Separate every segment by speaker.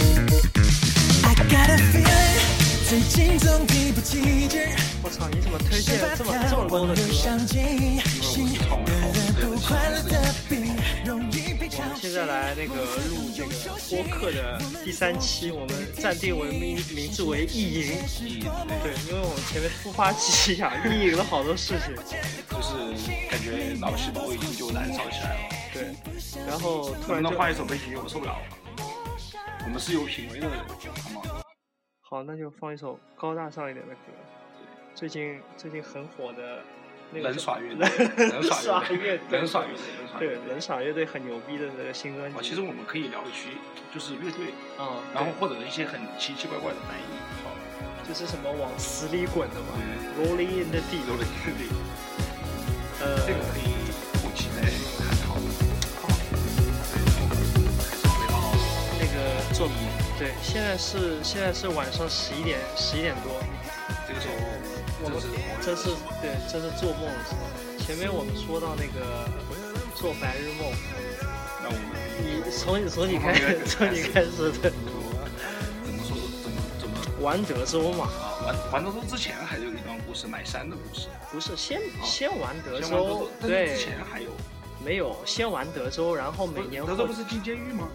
Speaker 1: I got a feeling，最近总提不起劲儿，
Speaker 2: 我操，你怎么推
Speaker 1: 是
Speaker 2: 荐
Speaker 1: 把
Speaker 2: 这么这么 low 的歌？哦
Speaker 1: 上进，心得的不快乐的病，容易被
Speaker 2: 我
Speaker 1: 吵
Speaker 2: 们现
Speaker 1: 醒。
Speaker 2: 在来那个录这个播客的第三期，我们暂定为名名字为意淫。对，因为我们前面突发奇想，意淫了好多事情。
Speaker 3: 就是感觉脑细胞已经就燃烧起来了。
Speaker 2: 对，然后突然
Speaker 3: 能不
Speaker 2: 就
Speaker 3: 能换一首背景音乐？我受不了了。我们是有品味的人，好吗？
Speaker 2: 好，那就放一首高大上一点的歌。最近最近很火的那个
Speaker 3: 人
Speaker 2: 叫
Speaker 3: 耍 乐队， 人耍乐
Speaker 2: 乐
Speaker 3: 队，
Speaker 2: 队
Speaker 3: 人耍乐队，人耍乐
Speaker 2: 对
Speaker 3: 队。
Speaker 2: 人傻乐队很牛逼的那个新专辑。
Speaker 3: 哦，其实我们可以聊一期，就是乐队，
Speaker 2: 啊，
Speaker 3: 然后或者一些很奇奇怪怪的翻译。好，
Speaker 2: 对就是什么往死里滚的嘛
Speaker 3: 嗯
Speaker 2: ，Rolling in the
Speaker 3: 一周
Speaker 2: deep，
Speaker 3: 的乐队，
Speaker 2: 呃，
Speaker 3: 这个可以后期再探讨。
Speaker 2: 那个作品，对，现在是现在是晚上十一点十一点多，
Speaker 3: 这个时候，
Speaker 2: 我
Speaker 3: 这
Speaker 2: 们
Speaker 3: 是
Speaker 2: 真是对，真是做梦的时候。前面我们说到那个做白日梦，
Speaker 3: 那我们
Speaker 2: 你从你从
Speaker 3: 哦
Speaker 2: 你开始从你开始的
Speaker 3: 怎么说？怎么怎么？
Speaker 2: 玩德州嘛，
Speaker 3: 啊，玩玩德州之前还有一段故事，买山的故事。
Speaker 2: 不是先
Speaker 3: 好
Speaker 2: 先玩德
Speaker 3: 哦先玩德
Speaker 2: 州
Speaker 3: 州，，但是
Speaker 2: 对
Speaker 3: 之，前还有，
Speaker 2: 没有先玩德州，然后每年
Speaker 3: 德州
Speaker 2: 会
Speaker 3: 不是进监 狱吗？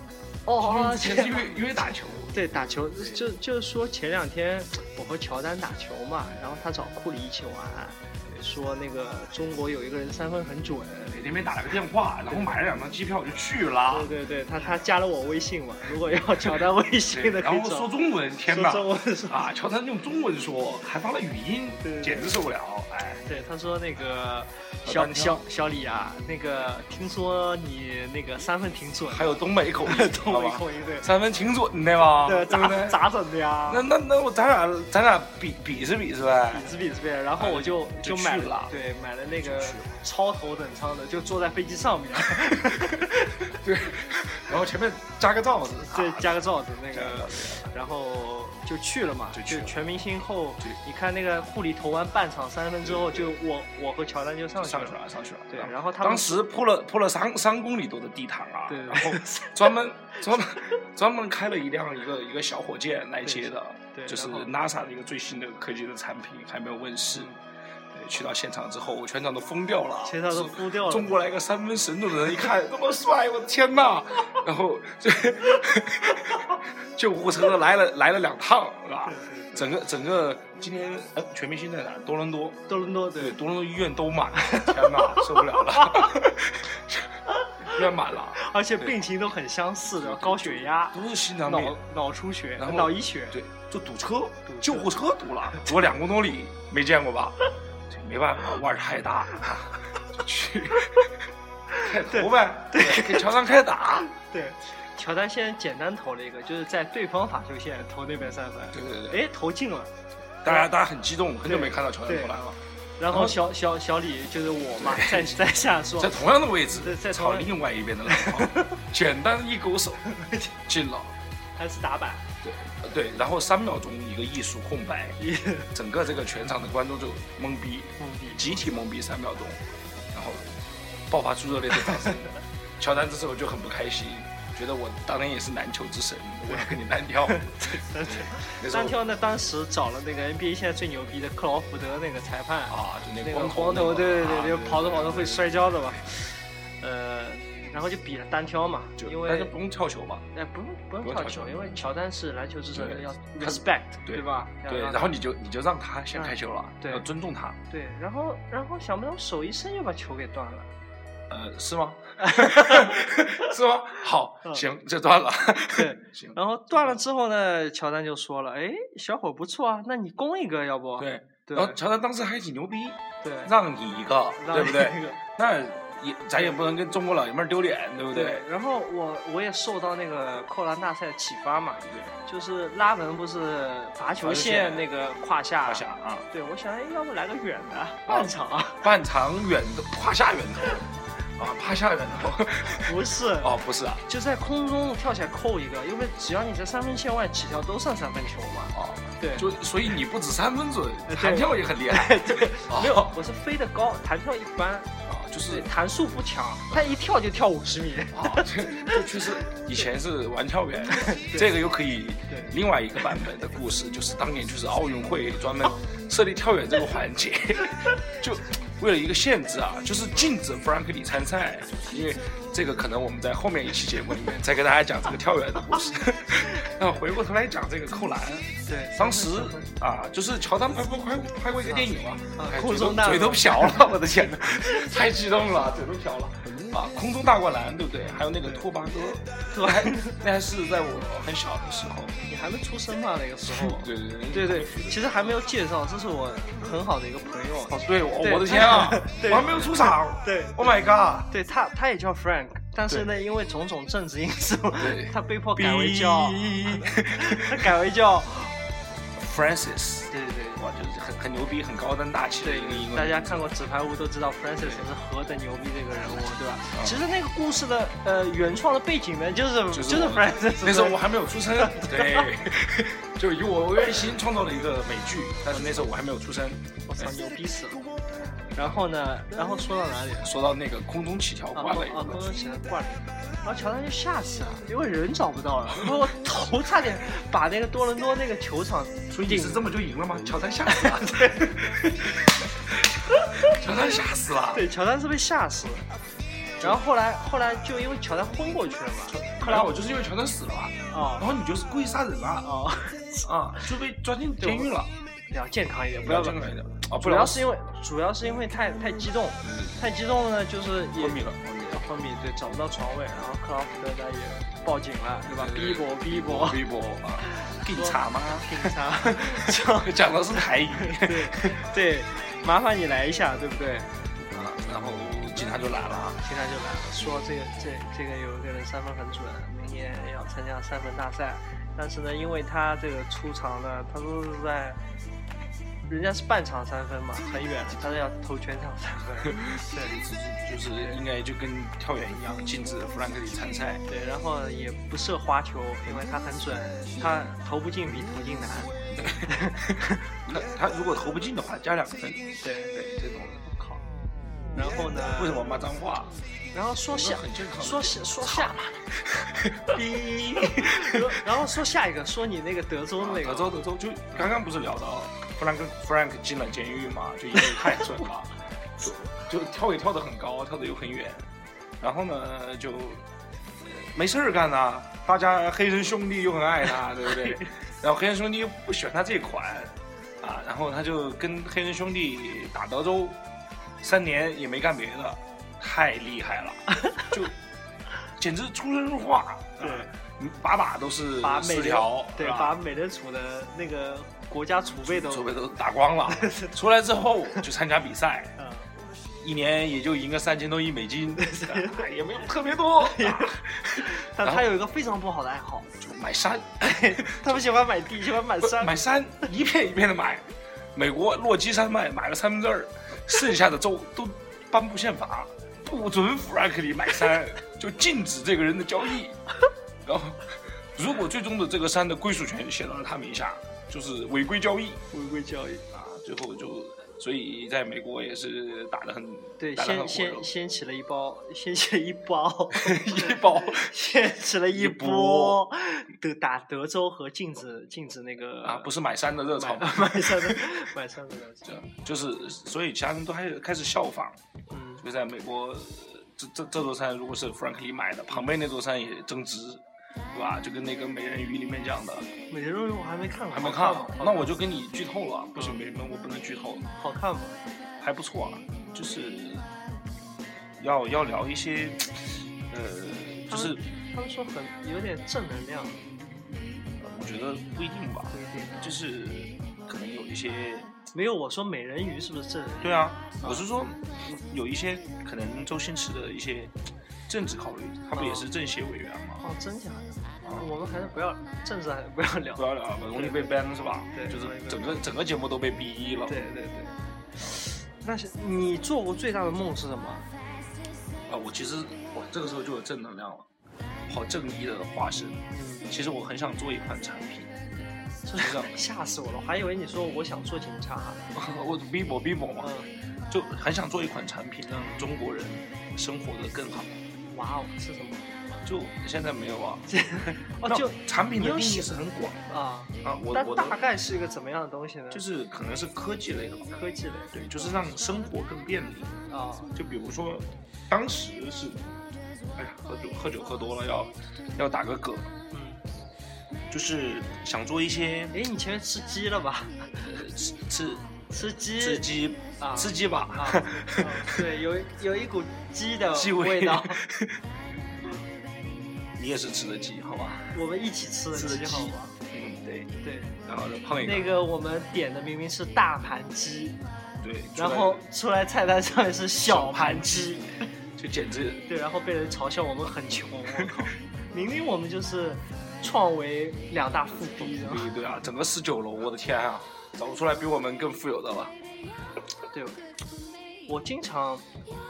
Speaker 2: 哦
Speaker 3: 之前是因为因为打球，
Speaker 2: 对，打球就就是说前两天我和乔丹打球嘛，然后他找库里一起玩，说那个中国有一个人三分很准。
Speaker 3: 每天没打了个电话，然后买了两张机票我就去了。
Speaker 2: 对对对，他他加了我微信嘛，如果 要乔丹微信的
Speaker 3: 对
Speaker 2: 可以
Speaker 3: 然
Speaker 2: 找。
Speaker 3: 后说中文，天哪
Speaker 2: 说！中文说
Speaker 3: 啊，乔丹用中文说，还发了语音
Speaker 2: 对，
Speaker 3: 简直受不了！哎，
Speaker 2: 对，他说那个小小小李啊，那个听说你那个三分挺准，
Speaker 3: 还有东北口音，
Speaker 2: 东
Speaker 3: 好
Speaker 2: 北
Speaker 3: 吧
Speaker 2: 口音对，
Speaker 3: 三分挺准的嘛，
Speaker 2: 对
Speaker 3: 对不
Speaker 2: 咋
Speaker 3: 对？
Speaker 2: 咋整的呀？
Speaker 3: 那那那我咱俩咱俩比比试比试呗。
Speaker 2: 比试比试呗，然后我就
Speaker 3: 就
Speaker 2: 就买
Speaker 3: 去了
Speaker 2: 对，买了那个
Speaker 3: 就去了
Speaker 2: 超头等舱的，就坐在飞机上 面。
Speaker 3: 对，然后前面加个罩子，
Speaker 2: 对，
Speaker 3: 啊
Speaker 2: 加个罩子那
Speaker 3: 加个罩
Speaker 2: 个，
Speaker 3: 子
Speaker 2: 然后就去了嘛，
Speaker 3: 就去
Speaker 2: 就
Speaker 3: 了
Speaker 2: 全明星后
Speaker 3: 对，
Speaker 2: 你看那个库里投完半场三分之后，就我我和乔丹就上去
Speaker 3: 上去
Speaker 2: 了，
Speaker 3: 了，上去了。
Speaker 2: 对
Speaker 3: 后
Speaker 2: 然后他们
Speaker 3: 当时铺了铺了三三公里多的地毯啊，
Speaker 2: 对
Speaker 3: 然后专门专门专门开了一辆一个一个小火箭来接的，
Speaker 2: 对
Speaker 3: 就是
Speaker 2: 然后
Speaker 3: NASA 的一个最新的科技的产品还没有问
Speaker 2: 嗯
Speaker 3: 世。对去到现场之后，我全场都疯掉了，
Speaker 2: 全场都
Speaker 3: 就是
Speaker 2: 疯掉了
Speaker 3: 中国来个三分神准的人，一看这么帅，我的天呐！然后就救护车来了来了两趟，是吧？整个整个今天哎，全明星在哪？多伦多。
Speaker 2: 多伦多
Speaker 3: 对，
Speaker 2: 对，
Speaker 3: 多伦多医院都满了，天哪，受不了了，医院满了，
Speaker 2: 而且病情都很相似的，高血压、
Speaker 3: 都是心脏
Speaker 2: 脑
Speaker 3: 病，
Speaker 2: 脑出血、
Speaker 3: 然后
Speaker 2: 脑溢血，
Speaker 3: 对，就堵车，
Speaker 2: 堵车
Speaker 3: 救护车堵了，堵了两公多里，没见过吧？这没办法，腕儿太大，就去开头呗， 对，给乔杉开打，
Speaker 2: 对。乔丹现在简单投了一个，就是在对方罚球线投那边三分，
Speaker 3: 对对对，
Speaker 2: 哎，投进了。
Speaker 3: 大家大家很激动，很久没看到乔杉
Speaker 2: 对
Speaker 3: 投篮了，
Speaker 2: 然
Speaker 3: 然
Speaker 2: 后
Speaker 3: 后
Speaker 2: 小小小李就是我嘛，在在下说
Speaker 3: 在，同样的位置
Speaker 2: 对，在同
Speaker 3: 朝
Speaker 2: 样
Speaker 3: 另外一边的篮筐，简单一勾手 进了。
Speaker 2: 还是打板，
Speaker 3: 对呃对，然后三秒钟一个艺术空白， 整个这个全场的观众就懵逼，
Speaker 2: 懵逼
Speaker 3: 集体懵逼三秒钟，然后爆发出热烈的掌 声。乔丹这时候就很不开心，觉得我当年也是篮球之神，我要跟你单 挑。那时候
Speaker 2: 单挑呢，当时找了那个 NBA 现在最牛逼的克劳福德那个裁判，
Speaker 3: 啊，就那
Speaker 2: 那
Speaker 3: 个
Speaker 2: 个
Speaker 3: 光
Speaker 2: 黄头，
Speaker 3: 头那个，
Speaker 2: 对对
Speaker 3: 啊
Speaker 2: 对，就跑着跑着会摔跤的嘛。呃，然后就比了单挑嘛，
Speaker 3: 就
Speaker 2: 因
Speaker 3: 但是
Speaker 2: 为
Speaker 3: 不用跳球嘛，
Speaker 2: 哎不用不用
Speaker 3: 不用
Speaker 2: 跳
Speaker 3: 跳
Speaker 2: 球，
Speaker 3: 球
Speaker 2: 因为乔丹是篮球之神，
Speaker 3: 对
Speaker 2: 要
Speaker 3: 他
Speaker 2: respect
Speaker 3: 对
Speaker 2: 吧？
Speaker 3: 对，
Speaker 2: 要让
Speaker 3: 然后你就你就让他先
Speaker 2: 嗯
Speaker 3: 开球了，
Speaker 2: 对
Speaker 3: 要尊重他，
Speaker 2: 对，然后然后想不到手一伸就把球给 断了，
Speaker 3: 呃，是 吗？ 是吗？好，
Speaker 2: 嗯
Speaker 3: 行，这断了，
Speaker 2: 对。
Speaker 3: 行，
Speaker 2: 然后断了之后呢，乔丹就说了：“哎，小伙不错啊，那你攻一个要不？”
Speaker 3: 对。
Speaker 2: 对
Speaker 3: 然后乔丹当时还挺牛逼，
Speaker 2: 对，
Speaker 3: 让你一个，
Speaker 2: 让
Speaker 3: 对不对
Speaker 2: 那？个
Speaker 3: 那也咱也不能跟中国老爷们儿丢脸，对不
Speaker 2: 对
Speaker 3: 对？，
Speaker 2: 然后我我也受到那个扣篮大赛的启发嘛，
Speaker 3: 对，
Speaker 2: 就是拉文不是罚球线那个胯下，
Speaker 3: 胯下啊，
Speaker 2: 对我想，哎，要不来个远的半场啊？
Speaker 3: 半场远投，胯下远投，啊，胯下远投，
Speaker 2: 不是，
Speaker 3: 哦，不是啊，
Speaker 2: 就在空中跳起来扣一个，因为只要你在三分线外起跳都算三分球嘛。
Speaker 3: 哦，
Speaker 2: 对，
Speaker 3: 就所以你不止三分准
Speaker 2: 对，
Speaker 3: 弹跳也很厉害，
Speaker 2: 对，
Speaker 3: 哦
Speaker 2: 没有，我是飞得高，弹跳一般，
Speaker 3: 啊，就是
Speaker 2: 对，弹速不强，他一跳就跳五十米。
Speaker 3: 啊，这这确实以前是玩跳远， 这个又可以
Speaker 2: 对
Speaker 3: 另外一个版本的故事，就是当年就是奥运会专门设立跳远这个环节， 就为了一个限制啊，就是禁止弗兰克里参赛，因为这个可能我们在后面一期节目里面再给大家讲这个跳远的故事。 那回过头来讲这个扣篮，
Speaker 2: 对
Speaker 3: 当时啊，就是乔丹拍过拍拍过一个电影嘛，
Speaker 2: 啊
Speaker 3: 哎
Speaker 2: 空
Speaker 3: 嘴都
Speaker 2: 中大
Speaker 3: 嘴都瓢了， 我的天哪，太激动了，嘴都瓢了。啊，空中大灌篮，对不对？还有那个拓跋哥，
Speaker 2: 对
Speaker 3: 还那还是在我很小的时候，。
Speaker 2: 你还没出生嘛那个时候
Speaker 3: 对对 对
Speaker 2: 对对，其实还没有介绍，这是我很好的一个朋友。
Speaker 3: 哦，对，我
Speaker 2: 对，
Speaker 3: 我的天啊
Speaker 2: 对
Speaker 3: 我还没有出场，
Speaker 2: 对
Speaker 3: ，Oh my god，
Speaker 2: 对他，他也叫 Frank，但是呢，因为种种政治因素，他被迫改为叫， 他改为叫，
Speaker 3: Francis，
Speaker 2: 对对对，
Speaker 3: 哇，就是很很牛逼，很高端大气的
Speaker 2: 对
Speaker 3: 一个英文，
Speaker 2: 大家看过《纸牌屋》都知道 Francis 是何等牛逼的一个人物，对吧？其实那个故事的呃原创的背景呢，就是
Speaker 3: 嗯就
Speaker 2: 就是是
Speaker 3: 我
Speaker 2: Francis。
Speaker 3: 那时候我还没有出生，对，就以我为心创造了一个美剧，但是那时候我还没有出生。
Speaker 2: 我 操，牛逼死了！然后呢，然后说到哪里了？
Speaker 3: 说到那个空中起跳
Speaker 2: 啊
Speaker 3: 挂了一
Speaker 2: 啊！刚
Speaker 3: 个，
Speaker 2: 刚起来挂了一个，然后乔丹就吓死了，因为人找不到 了，然后我头差点把那个多伦多那个球场
Speaker 3: 所以你
Speaker 2: 顶
Speaker 3: 是这么就赢了吗？乔丹吓死了，乔丹吓死了。
Speaker 2: 对，乔丹是被吓死了。然后后来后来就因为乔丹昏过去了嘛，
Speaker 3: 后来我就是因为乔丹死了嘛，然
Speaker 2: 哦
Speaker 3: 后你就是故意杀人了
Speaker 2: 哦，
Speaker 3: 啊，就被抓进监狱了，
Speaker 2: 要健康一点，不
Speaker 3: 不
Speaker 2: 要
Speaker 3: 要
Speaker 2: 不
Speaker 3: 这
Speaker 2: 要
Speaker 3: 么。来的啊，不
Speaker 2: 主
Speaker 3: 然
Speaker 2: 要是因为主要是因为太太激动，太激动了呢，就是也
Speaker 3: 昏迷了。
Speaker 2: 昏迷，对，找不到床位，然后克劳福德呢也报警了，对吧？
Speaker 3: 对
Speaker 2: 逼
Speaker 3: 对
Speaker 2: 迫逼迫
Speaker 3: 微博啊，警察吗？
Speaker 2: 警察， 就
Speaker 3: 讲的是台语
Speaker 2: 对 对，麻烦你来一下，对不对？
Speaker 3: 啊，然后警察就来了啊。
Speaker 2: 现在就来了，说这个这这个有一个人三分很准，明年要参加三分大赛，但是呢，因为他这个出场呢，他都是在，人家是半场三分嘛，很远，他是要投全场三分，对
Speaker 3: 就是应该就跟跳远一样，禁止弗兰克里参赛。
Speaker 2: 对，然后也不射花球，因为他很准，他投不进比投进难，
Speaker 3: 那他如果投不进的话，加两分。
Speaker 2: 对，
Speaker 3: 对，这种
Speaker 2: 靠，然后呢，
Speaker 3: 为什么骂脏话？
Speaker 2: 然后说下
Speaker 3: 我们很健康，的
Speaker 2: 说下，说下，逼， 然后说下一个，说你那个德州那个，
Speaker 3: 德州德州就刚刚不是聊到弗兰克 Frank 进了监狱嘛，就因为太准了，就就跳也跳得很高，跳得又很远，然后呢就呃没事儿干呐、大家黑人兄弟又很爱他，对不对？然后黑人兄弟又不喜欢他这款啊，然后他就跟黑人兄弟打德州，三年也没干别的，太厉 害了，就简直出神入化。
Speaker 2: 对
Speaker 3: 啊把把都是
Speaker 2: 把美
Speaker 3: 四
Speaker 2: 联
Speaker 3: 条，
Speaker 2: 对，
Speaker 3: 是吧
Speaker 2: 把美联储的那个国家储备都，
Speaker 3: 筹备都打光了，出来之后就参加比赛，
Speaker 2: 嗯，
Speaker 3: 一年也就赢个三千多亿美金， 哎也没有特别多，
Speaker 2: 但
Speaker 3: 然
Speaker 2: 他
Speaker 3: 后
Speaker 2: 有一个非常不好的爱好，
Speaker 3: 就买山，
Speaker 2: 他不喜欢买地，喜欢买
Speaker 3: 不
Speaker 2: 山，
Speaker 3: 买山一片一片的买，美国落基山脉买了三分之二，剩下的州都颁布宪法，不准富兰克林买山，就禁止这个人的交易，然后如果最终的这个山的归属权写到了他名下，就是违规交易
Speaker 2: 回归交易。
Speaker 3: 啊，最后就。所以，在美国也是打得很
Speaker 2: 对，
Speaker 3: 打得很火
Speaker 2: 掀
Speaker 3: 热
Speaker 2: 掀掀起了一包，掀起了一 包，
Speaker 3: 一包
Speaker 2: 掀起了一
Speaker 3: 一
Speaker 2: 波
Speaker 3: 波
Speaker 2: 的打德州和禁止禁止那个
Speaker 3: 啊，不是买山的热潮
Speaker 2: 买
Speaker 3: 嘛，
Speaker 2: 买山的买山的东西
Speaker 3: 就就是所以其他人都开始开始效仿，
Speaker 2: 嗯，
Speaker 3: 就在美国，呃这这这座山如果是 Frank Lee 买的，旁边那座山也增值，对吧？就跟那个美人鱼里面讲的，
Speaker 2: 美人鱼我还没看过，
Speaker 3: 还没看啊
Speaker 2: 好
Speaker 3: 嘛
Speaker 2: 看，吗
Speaker 3: 那我就跟你剧透了，不行，美人我不能剧透，
Speaker 2: 好看吗？
Speaker 3: 还不错，啊，就是要要聊一些，呃，
Speaker 2: 他
Speaker 3: 就
Speaker 2: 们
Speaker 3: 是
Speaker 2: 他们说很有点正能量，
Speaker 3: 我觉得不一定吧，
Speaker 2: 不一定。
Speaker 3: 就是可能有一些
Speaker 2: 没有，我说美人鱼是不是正人？
Speaker 3: 对，啊，我是说有一些可能周星驰的一些政治考虑，他不也是政协委员吗？
Speaker 2: 哦，真假的？我们还是不要政治，还是不要聊
Speaker 3: 不。要聊了，啊容易被 ban 是吧？
Speaker 2: 对
Speaker 3: 就是整个整个节目都被 BE 了。
Speaker 2: 对对对。那是你做过最大的梦是什么？
Speaker 3: 啊，我其实我这个时候就有正能量了，好正义的化身。
Speaker 2: 嗯，
Speaker 3: 其实我很想做一款产品，
Speaker 2: 这
Speaker 3: 是这样
Speaker 2: 吓死我了，我还以为你说我想做警察。
Speaker 3: 我 Bibo Bibo 嘛，
Speaker 2: 嗯
Speaker 3: 嗯就很想做一款产品让中国人生活的更好。
Speaker 2: 哇哦，是什么？
Speaker 3: 就现在没有 啊，
Speaker 2: 哦，
Speaker 3: 那
Speaker 2: 就
Speaker 3: 产品的
Speaker 2: 你有
Speaker 3: 定义
Speaker 2: 想
Speaker 3: 是很广
Speaker 2: 啊，
Speaker 3: 的啊。我
Speaker 2: 那
Speaker 3: 我
Speaker 2: 大
Speaker 3: 的
Speaker 2: 概是一个怎么样的东西呢？
Speaker 3: 就是可能是科技类的吧，
Speaker 2: 科技类
Speaker 3: 对，就是让生活更便利。
Speaker 2: 啊，
Speaker 3: 就比如说，当时是，哎呀，喝酒喝酒喝多了要要打个嗝，
Speaker 2: 嗯，
Speaker 3: 就是想做一些
Speaker 2: 哎，你前面吃鸡了吧？
Speaker 3: 呃吃吃
Speaker 2: 吃鸡
Speaker 3: 吃鸡
Speaker 2: 啊，
Speaker 3: 吃鸡吧，
Speaker 2: 啊，啊对，有有一股鸡的
Speaker 3: 鸡
Speaker 2: 味道，。
Speaker 3: 你也是吃的鸡，好吧？
Speaker 2: 我们一起吃的
Speaker 3: 吃的
Speaker 2: 鸡
Speaker 3: 鸡
Speaker 2: 好吗？
Speaker 3: 嗯，对。
Speaker 2: 对，
Speaker 3: 然后就碰一
Speaker 2: 那个我们点的明明是大盘鸡，
Speaker 3: 对，
Speaker 2: 然
Speaker 3: 出来
Speaker 2: 后出来菜单上面是小盘鸡，
Speaker 3: 就简直
Speaker 2: 对，然后被人嘲笑我们很穷，我靠，明明我们就是创维两大富逼，然后
Speaker 3: 对对啊，整个十九楼，我的天啊，找不出来比我们更富有的了。
Speaker 2: 对，我经常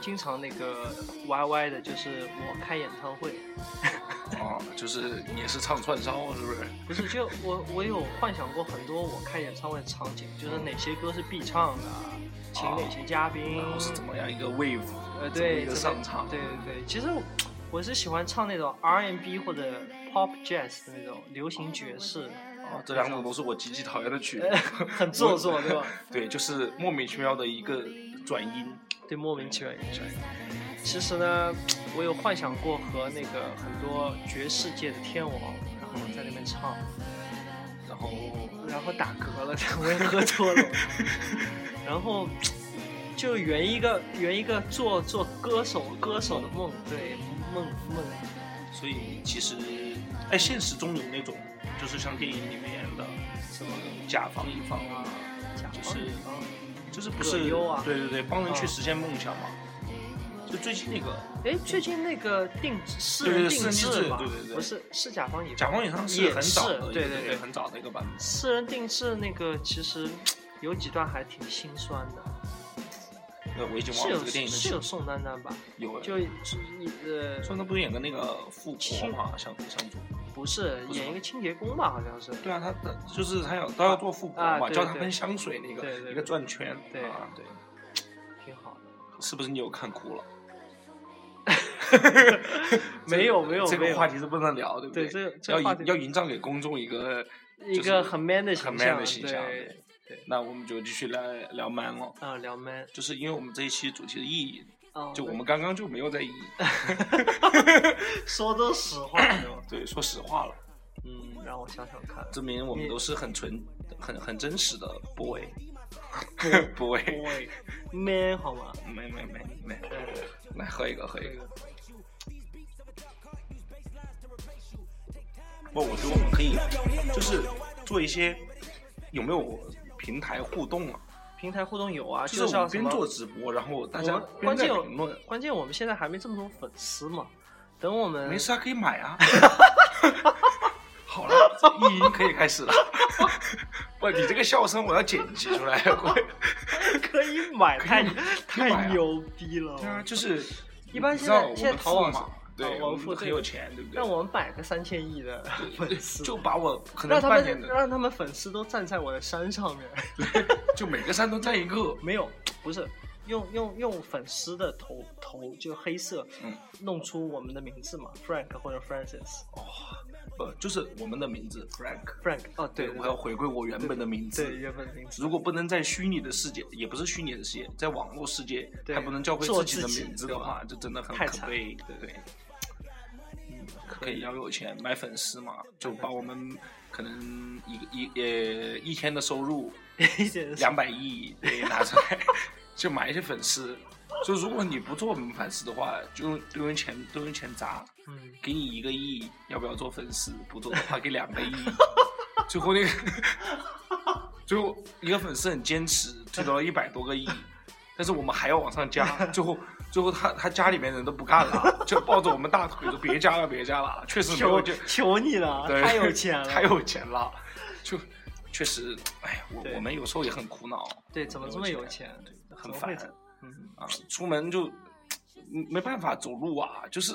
Speaker 2: 经常那个 YY 的，就是我开演唱会，
Speaker 3: 啊，就是你也是唱串烧是不是？
Speaker 2: 不是就我我有幻想过很多我开演唱会的场景，就是哪些歌是必唱的，啊请哪些嘉宾，
Speaker 3: 哦然后是怎么样一个 wave？
Speaker 2: 呃
Speaker 3: 怎么
Speaker 2: 对
Speaker 3: 一
Speaker 2: 怎么
Speaker 3: 个上场？
Speaker 2: 对对对，其实我我是喜欢唱那种 R&B 或者 Pop Jazz 的那种流行爵士，
Speaker 3: 啊，这两种都是我极其讨厌的曲。
Speaker 2: 很做作对吧？
Speaker 3: 对，就是莫名其妙的一个转音。
Speaker 2: 对，莫名其妙影响。其实呢，我有幻想过和那个很多爵士界的天王，然后在那边唱，
Speaker 3: 然后
Speaker 2: 然后打嗝了， 我也喝多了，然后就圆一个圆一个做做歌手歌手的梦，对梦梦，
Speaker 3: 所以其实，哎，现实中有那种，就是像电影里面演的，什么甲方乙方啊，
Speaker 2: 假
Speaker 3: 就
Speaker 2: 装
Speaker 3: 是
Speaker 2: 啊
Speaker 3: 就是不
Speaker 2: 葛
Speaker 3: 是、
Speaker 2: 优啊
Speaker 3: 对对对，帮人去
Speaker 2: 啊
Speaker 3: 实现梦想嘛。就最近那个
Speaker 2: 哎，最近那个定制私
Speaker 3: 对对
Speaker 2: 人
Speaker 3: 私
Speaker 2: 定
Speaker 3: 人定
Speaker 2: 制
Speaker 3: 制
Speaker 2: 嘛，
Speaker 3: 对对对
Speaker 2: 不是是甲方乙
Speaker 3: 甲
Speaker 2: 方，
Speaker 3: 方乙方是
Speaker 2: 也
Speaker 3: 很
Speaker 2: 是
Speaker 3: 早的一个，
Speaker 2: 对对
Speaker 3: 对
Speaker 2: 对
Speaker 3: 很早的一个版本。
Speaker 2: 私人定制那个其实有几段还挺心酸的，
Speaker 3: 呃，我已经忘
Speaker 2: 是
Speaker 3: 了
Speaker 2: 有
Speaker 3: 这个电影的
Speaker 2: 是
Speaker 3: 名
Speaker 2: 有
Speaker 3: 字。
Speaker 2: 宋丹丹吧？
Speaker 3: 有
Speaker 2: 就一呃，
Speaker 3: 宋丹丹不是演的那个富婆
Speaker 2: 清
Speaker 3: 嘛，向向主。
Speaker 2: 不是
Speaker 3: 不是
Speaker 2: 演
Speaker 3: 吗
Speaker 2: 一个清洁工吧，好像是。
Speaker 3: 对啊，他他就是他要他要做富婆
Speaker 2: 啊
Speaker 3: 嘛，
Speaker 2: 对
Speaker 3: 教他
Speaker 2: 对
Speaker 3: 喷香水那
Speaker 2: 对对
Speaker 3: 个
Speaker 2: 对
Speaker 3: 一个转圈。
Speaker 2: 对
Speaker 3: 啊，对，
Speaker 2: 挺好的。
Speaker 3: 是不是你有看哭了？
Speaker 2: 没有没有
Speaker 3: 这
Speaker 2: 没
Speaker 3: 个
Speaker 2: 有
Speaker 3: 话题是不能聊，对不
Speaker 2: 对，
Speaker 3: 对？
Speaker 2: 这这
Speaker 3: 要
Speaker 2: 个话
Speaker 3: 营
Speaker 2: 题
Speaker 3: 要营造给公众一个
Speaker 2: 一
Speaker 3: 就是
Speaker 2: 个很 man 的
Speaker 3: 很
Speaker 2: 形
Speaker 3: man
Speaker 2: 象，
Speaker 3: 的形象。
Speaker 2: 对，
Speaker 3: 对，那我们就继续来聊 man 了，
Speaker 2: 啊，聊 man，
Speaker 3: 就是因为我们这一期主题的意义，
Speaker 2: 啊，
Speaker 3: 就我 们刚刚就没有在意义。
Speaker 2: 说都是实 话，对吧？
Speaker 3: 对，说实话了，
Speaker 2: 嗯，让我想想看，
Speaker 3: 证明我们
Speaker 2: 你
Speaker 3: 都是很纯、很很真实的 boy。boy，
Speaker 2: boy man 好吗？
Speaker 3: 没没没 没，
Speaker 2: 嗯，
Speaker 3: 来喝一个喝一
Speaker 2: 这
Speaker 3: 个
Speaker 2: 个。
Speaker 3: 不，我觉得我们可以就是做一些有没有平台互动啊？
Speaker 2: 平台互动有啊，
Speaker 3: 就是我
Speaker 2: 像
Speaker 3: 们
Speaker 2: 什
Speaker 3: 边
Speaker 2: 么
Speaker 3: 做直播，然后大家
Speaker 2: 我们
Speaker 3: 边
Speaker 2: 关
Speaker 3: 在
Speaker 2: 键有
Speaker 3: 评论。
Speaker 2: 关键我们现在还没这么多粉丝嘛，等我们
Speaker 3: 没事啊，可以买啊。好了，这意淫可以开始了。不，你这个笑声我要剪辑出来。我
Speaker 2: 可以买，太
Speaker 3: 以买
Speaker 2: 太
Speaker 3: 啊
Speaker 2: 牛逼了。
Speaker 3: 对啊，就是
Speaker 2: 一般
Speaker 3: 你知
Speaker 2: 现在
Speaker 3: 道我们
Speaker 2: 现在淘宝
Speaker 3: 富嘛
Speaker 2: 上，
Speaker 3: 对，
Speaker 2: 啊我们富
Speaker 3: 们很
Speaker 2: 对
Speaker 3: 有钱，对不对
Speaker 2: 让？我们摆个三千亿 的粉丝，
Speaker 3: 就把我可能
Speaker 2: 让他
Speaker 3: 半年
Speaker 2: 们
Speaker 3: 的，
Speaker 2: 让他们粉丝都站在我的山上面。
Speaker 3: 就每个山都占一个。
Speaker 2: 没有，不是用用用粉丝的头头就黑色，
Speaker 3: 嗯
Speaker 2: 弄出我们的名字嘛，Frank 或者 Francis。
Speaker 3: 不，呃就是我们的名字 Frank。
Speaker 2: Frank 哦，对
Speaker 3: 我要回归我原本的名字。
Speaker 2: 对原本的名字。
Speaker 3: 如果不能在虚拟的世界，也不是虚拟的世界，在网络世界
Speaker 2: 对
Speaker 3: 还不能叫回
Speaker 2: 做
Speaker 3: 自己的
Speaker 2: 自己
Speaker 3: 名字的话，就真的很
Speaker 2: 太
Speaker 3: 可
Speaker 2: 惨
Speaker 3: 悲。对，嗯，可以要有钱买粉丝嘛，就把我们可能一个一呃一天的收入
Speaker 2: 一点
Speaker 3: 两百亿对拿出来， 就买一些粉丝。就如果你不做我们粉丝的话，就用都用钱都用钱砸，
Speaker 2: 嗯，
Speaker 3: 给你一个亿，要不要做粉丝？不做的话给两 个亿。最后那个，最后一个粉丝很坚持，退到了一百多个亿，但是我们还要往上加。 最后，最后他他家里面人都不干了，就抱着我们大腿说别加了，别加了，确实没有
Speaker 2: 求
Speaker 3: 就
Speaker 2: 求你了，
Speaker 3: 对
Speaker 2: 太有钱了，
Speaker 3: 太有钱了，就确实，哎，我
Speaker 2: 对
Speaker 3: 我们有时候也很苦恼，
Speaker 2: 对，怎么这么有钱？
Speaker 3: 很
Speaker 2: 怎么
Speaker 3: 烦
Speaker 2: 会这嗯，
Speaker 3: 啊，出门就嗯没办法走路啊，就是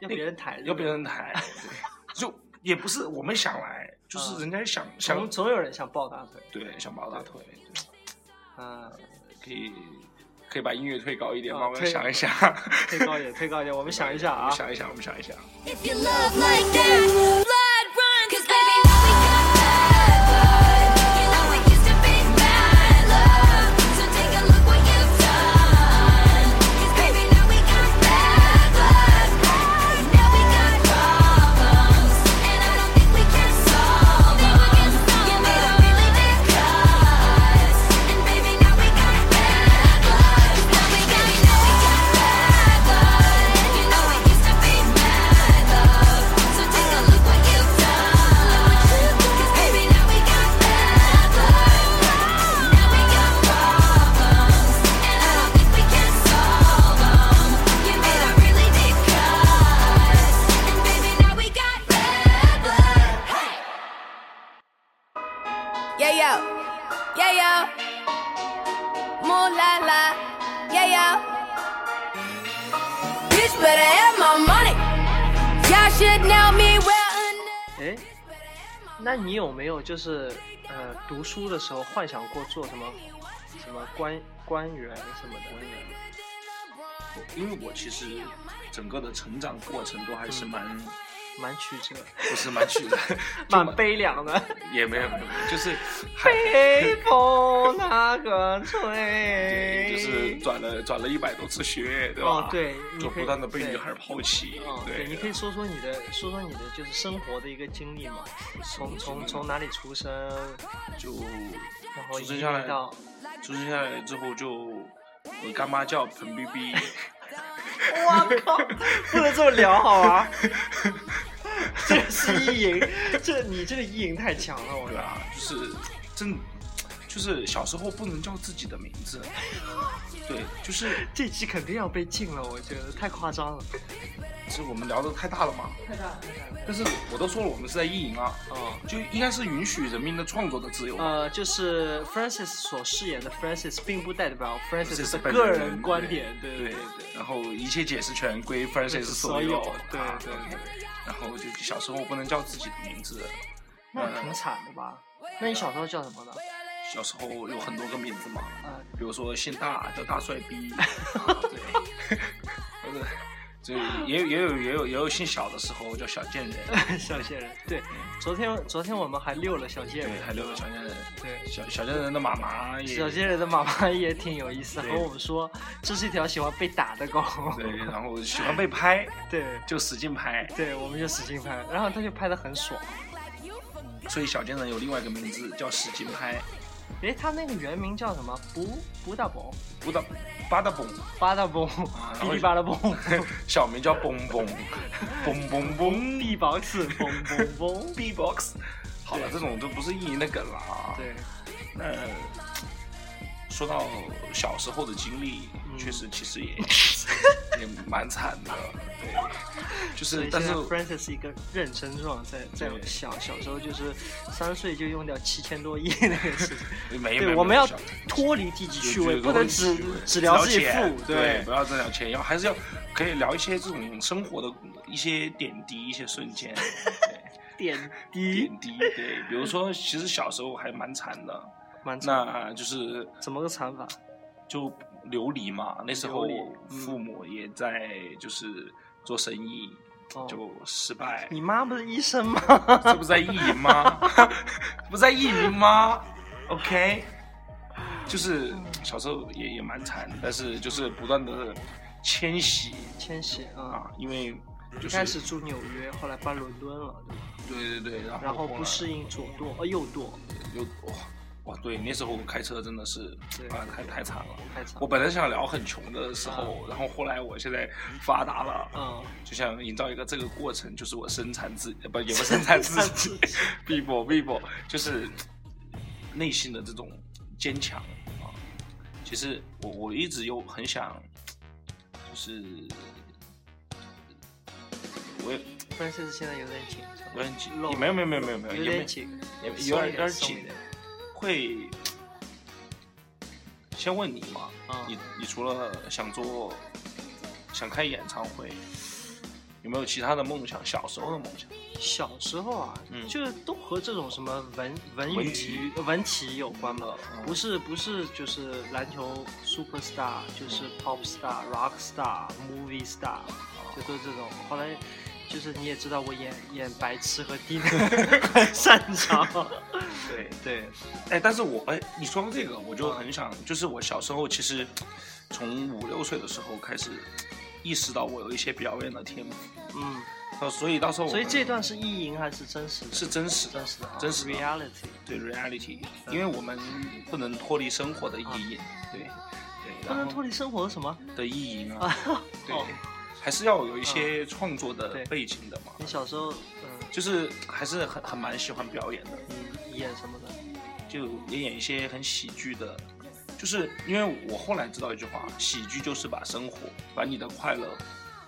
Speaker 2: 要别人抬着，
Speaker 3: 要别人抬，对就也不是我们想来，就是
Speaker 2: 啊
Speaker 3: 人家想想
Speaker 2: 总总有人想抱大腿
Speaker 3: 对想抱大腿，对
Speaker 2: 啊。
Speaker 3: 可以可以把音乐推高一点吗？
Speaker 2: 啊
Speaker 3: 我要
Speaker 2: 推
Speaker 3: 想一想，
Speaker 2: 推高一点，推高一点，我们想一下
Speaker 3: 我
Speaker 2: 啊
Speaker 3: 们。想一想，我们想一想。
Speaker 4: If you love like that, blood run. Cause baby, we got bad blood. You know it used to be bad love. So take a look what you've done. Cause baby, now we got bad blood. Now we got problems. And I don't think we can solve them. You made a really big cut. And baby, now we got bad blood. Now we got, now we got bad blood. You know it used to be bad love. So take a look what you've done. Cause baby, now we got bad blood. Now we got problems. And I don't think we can solve them. You made a really deep cut. And baby, now we got bad blood. Hey!
Speaker 5: Yeah, yo. Yeah, yo. Moo la la. Yeah, yo. Bitch better have my money. Y'all should know me well enough.
Speaker 2: 哎，那你有没有就是呃读书的时候幻想过做什么什么官官员什么的？
Speaker 3: 因为我其实整个的成长过程都还是
Speaker 2: 嗯
Speaker 3: 蛮、
Speaker 2: 蛮曲折，
Speaker 3: 不是蛮 曲折，就
Speaker 2: 蛮悲凉 的。
Speaker 3: 也没有没有，就是还
Speaker 2: 北风那个吹，
Speaker 3: 就是转了转了一百多次学，对吧？
Speaker 2: 哦对你
Speaker 3: 就
Speaker 2: 可以
Speaker 3: 不断的被
Speaker 2: 对
Speaker 3: 女孩抛弃，
Speaker 2: 哦，
Speaker 3: 对
Speaker 2: 对，你可以说说你的，说说你的就是生活的一个经历嘛，从从从哪里出生，
Speaker 3: 就
Speaker 2: 然后
Speaker 3: 出
Speaker 2: 移
Speaker 3: 生
Speaker 2: 民
Speaker 3: 下来
Speaker 2: 到，
Speaker 3: 出生下来之后就我干妈叫彭逼 逼，
Speaker 2: 我靠，不能这么聊好 吗？这是意淫，这你这个意淫太强了，我
Speaker 3: 对啊
Speaker 2: 觉得。
Speaker 3: 吧？就是真就是小时候不能叫自己的名字，对，就是
Speaker 2: 这期肯定要被禁了，我觉得太夸张了。
Speaker 3: 是我们聊的太大了嘛，太大太大。但是我都说了，我们是在意淫啊，
Speaker 2: 哦，
Speaker 3: 就应该是允许人民的创作的自由。
Speaker 2: 呃，就是 Francis 所饰演的 Francis 并不代表
Speaker 3: 这
Speaker 2: Francis
Speaker 3: 是
Speaker 2: 的
Speaker 3: 本
Speaker 2: 个
Speaker 3: 人
Speaker 2: 人观点，对
Speaker 3: 对
Speaker 2: 对对。
Speaker 3: 然后一切解释权归 Francis
Speaker 2: 所
Speaker 3: 有
Speaker 2: 有，对
Speaker 3: 啊
Speaker 2: 对对
Speaker 3: 然后就小时候不能叫自己的名字，
Speaker 2: 那挺惨的吧？那你小时候叫什么呢？
Speaker 3: 小时候有很多个名字嘛，
Speaker 2: 啊，
Speaker 3: 比如说姓大叫大帅逼，啊对， 或者就也有也有也有也有姓小的时候叫小 贱人，
Speaker 2: 小贱人，对，昨天昨天我们还溜了小贱
Speaker 3: 对，
Speaker 2: 人，
Speaker 3: 还留个小贱人，
Speaker 2: 对
Speaker 3: 小小贱人的妈妈也
Speaker 2: 小贱人的妈妈也挺有意思，
Speaker 3: 对
Speaker 2: 和我们说这是一条喜欢被打的狗，
Speaker 3: 对，然后喜欢被拍
Speaker 2: 对
Speaker 3: 就使劲拍，
Speaker 2: 对，我们就使劲拍，然后他就拍的很爽。
Speaker 3: 所以小贱人有另外一个名字叫使劲拍，
Speaker 2: 诶，他那个原名叫什么？不不大蹦，
Speaker 3: 不打巴达蹦。
Speaker 2: 巴大蹦，
Speaker 3: 啊
Speaker 2: 哔哩吧啦蹦，
Speaker 3: 小名叫蹦蹦，蹦蹦蹦
Speaker 2: 地保子蹦蹦蹦。
Speaker 3: B-box。好了，
Speaker 2: 对
Speaker 3: 这种都不是意淫的梗了啊。，
Speaker 2: 对，
Speaker 3: 那说到小时候的经历，
Speaker 2: 嗯
Speaker 3: 确实其 实也也蛮惨的。对，就是但
Speaker 2: 所以现
Speaker 3: 是
Speaker 2: 在 Francis 是一个妊娠状，在在
Speaker 3: 对
Speaker 2: 小小时候就是三岁就用掉七千多亿那个事情。
Speaker 3: 没有没
Speaker 2: 对，
Speaker 3: 有
Speaker 2: 我们要
Speaker 3: 小
Speaker 2: 脱离低级
Speaker 3: 就
Speaker 2: 趣味，
Speaker 3: 就
Speaker 2: 不能
Speaker 3: 趣
Speaker 2: 只
Speaker 3: 味
Speaker 2: 只聊自己
Speaker 3: 钱
Speaker 2: 富，
Speaker 3: 对，不要只聊钱，要还是要可以聊一些这种生活的一些点滴、一些瞬间。对。
Speaker 2: 点滴
Speaker 3: 点滴，对，比如说，其实小时候还蛮惨的，
Speaker 2: 蛮惨。
Speaker 3: 那就是
Speaker 2: 怎么个惨法？
Speaker 3: 就流离嘛，那时候
Speaker 2: 流离嗯
Speaker 3: 父母也在就是做生意，
Speaker 2: 哦
Speaker 3: 就失败，
Speaker 2: 你妈不是医生吗？
Speaker 3: 这不是在意淫吗？不是在意淫吗？OK，就是小时候也也蛮惨，但是就是不断的迁徙
Speaker 2: 千玺啊，
Speaker 3: 啊，因为就
Speaker 2: 一
Speaker 3: 是
Speaker 2: 开始住纽约，后来搬伦敦了，对吧
Speaker 3: 对对对，然后
Speaker 2: 然后
Speaker 3: 后
Speaker 2: 不
Speaker 3: 来
Speaker 2: 适应左舵，呃右舵，
Speaker 3: 又哇哇，对，那时候开车真的是
Speaker 2: 对
Speaker 3: 啊，太太惨了。
Speaker 2: 太惨
Speaker 3: 我。本来想聊很穷的时候，然后后来我现在发达了，
Speaker 2: 嗯，
Speaker 3: 就想营造一个这个过程，就是我生产自己，不也 不生产自己 ，bibo bibo，就是内心的这种坚强啊。其实我我一直有很想，就是我也
Speaker 2: 但是现在有点紧张，
Speaker 3: 我也很紧
Speaker 2: 漏，
Speaker 3: 没有没有没有没有没有，
Speaker 2: 有
Speaker 3: 也没
Speaker 2: 点紧，
Speaker 3: 也有
Speaker 2: 松
Speaker 3: 点
Speaker 2: 一
Speaker 3: 有点
Speaker 2: 松一
Speaker 3: 紧，会先问你嘛，
Speaker 2: 嗯
Speaker 3: 你你除了想做想开演唱会，有没有其他的梦想？小时候的梦想？
Speaker 2: 小时候啊，
Speaker 3: 嗯
Speaker 2: 就是都和这种什么文文
Speaker 3: 文
Speaker 2: 娱
Speaker 3: 体
Speaker 2: 文体有关嘛，
Speaker 3: 嗯
Speaker 2: 不是不是就是篮球 super star，就是 pop star、rock star、movie star，就
Speaker 3: 哦
Speaker 2: 都是这种。后来就是你也知道，我演演白痴和低能 很擅长。
Speaker 3: 对，
Speaker 2: 对，
Speaker 3: 哎，但是我哎，你说到这个，我就很想，就是我小时候其实从五六岁的时候开始意识到我有一些表演的天赋，
Speaker 2: 嗯，
Speaker 3: 呃，所以到时候我
Speaker 2: 所以
Speaker 3: 们
Speaker 2: 这段是意淫还是真实的？
Speaker 3: 是真实的
Speaker 2: 真，实的啊，
Speaker 3: 真实的
Speaker 2: reality。
Speaker 3: 对 reality，
Speaker 2: 嗯
Speaker 3: 因为我们不能脱离生活的意义，对对，
Speaker 2: 啊不
Speaker 3: 然
Speaker 2: 能
Speaker 3: 后
Speaker 2: 脱离生活的什么？
Speaker 3: 的意义啊
Speaker 2: 啊，
Speaker 3: 对
Speaker 2: 哦，啊
Speaker 3: 还是要有一些创作
Speaker 2: 对
Speaker 3: 的背景的嘛，
Speaker 2: 你小时候，嗯
Speaker 3: 就是还是很很蛮喜欢表演的，
Speaker 2: 嗯，演什么的？
Speaker 3: 就也演一些很喜剧的，就是因为我后来知道一句话，喜剧就是把生活，把你的快乐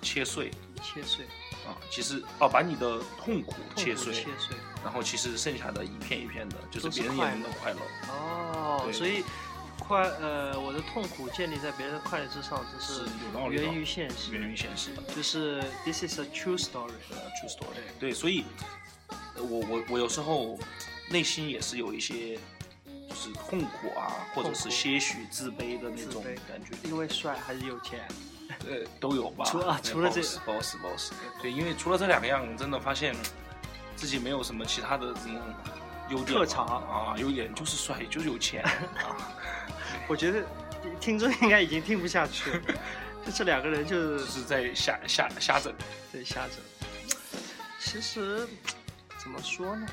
Speaker 3: 切碎
Speaker 2: 切碎，
Speaker 3: 啊，其实哦，把你的痛苦
Speaker 2: 痛苦
Speaker 3: 切碎，
Speaker 2: 切碎。
Speaker 3: 然后其实剩下的一片一片的，就是
Speaker 2: 都是
Speaker 3: 别人眼中的快乐，
Speaker 2: 哦，
Speaker 3: 对
Speaker 2: 所以快呃，我的痛苦建立在别人的快乐之上，这
Speaker 3: 是
Speaker 2: 是
Speaker 3: 有道理的
Speaker 2: 源于现实，
Speaker 3: 源于现实的。
Speaker 2: 就是 this is a true story。
Speaker 3: 呃 true story。对，所以呃我我我有时候内心也是有一些就是痛苦啊，或者
Speaker 2: 痛苦
Speaker 3: 是些许自卑的那种
Speaker 2: 自卑
Speaker 3: 感觉，
Speaker 2: 因为帅还是有钱？
Speaker 3: 呃，都有吧。
Speaker 2: 除啊除了这嗯
Speaker 3: ，boss boss，对，因为除了这两样，真的发现自己没有什么其他的什么优点
Speaker 2: 特长
Speaker 3: 啊，优点就是帅，就是有 钱啊，
Speaker 2: 我觉得听众应该已经听不下去了， 就这两个人就
Speaker 3: 就是是在瞎瞎瞎整。
Speaker 2: 对瞎整。其实怎么说呢，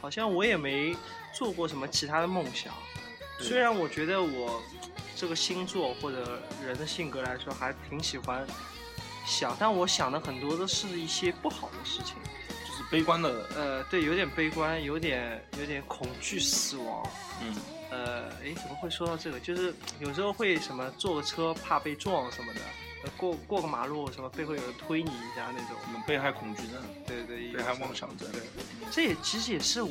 Speaker 2: 好像我也没做过什么其他的梦想。
Speaker 3: 对
Speaker 2: 虽然我觉得我这个星座或者人的性格来说，还挺喜欢想，但我想的很多都是一些不好的事情。
Speaker 3: 就是悲观的，
Speaker 2: 呃，对，有点悲观，有点有点恐惧死亡。
Speaker 3: 嗯，
Speaker 2: 呃，诶，怎么会说到这个？就是有时候会什么坐个车怕被撞什么的，呃过过个马路什么背后有人推你一下那种。
Speaker 3: 我们嗯被害恐惧症、
Speaker 2: 对对，
Speaker 3: 被害妄想症，
Speaker 2: 这也其实也是我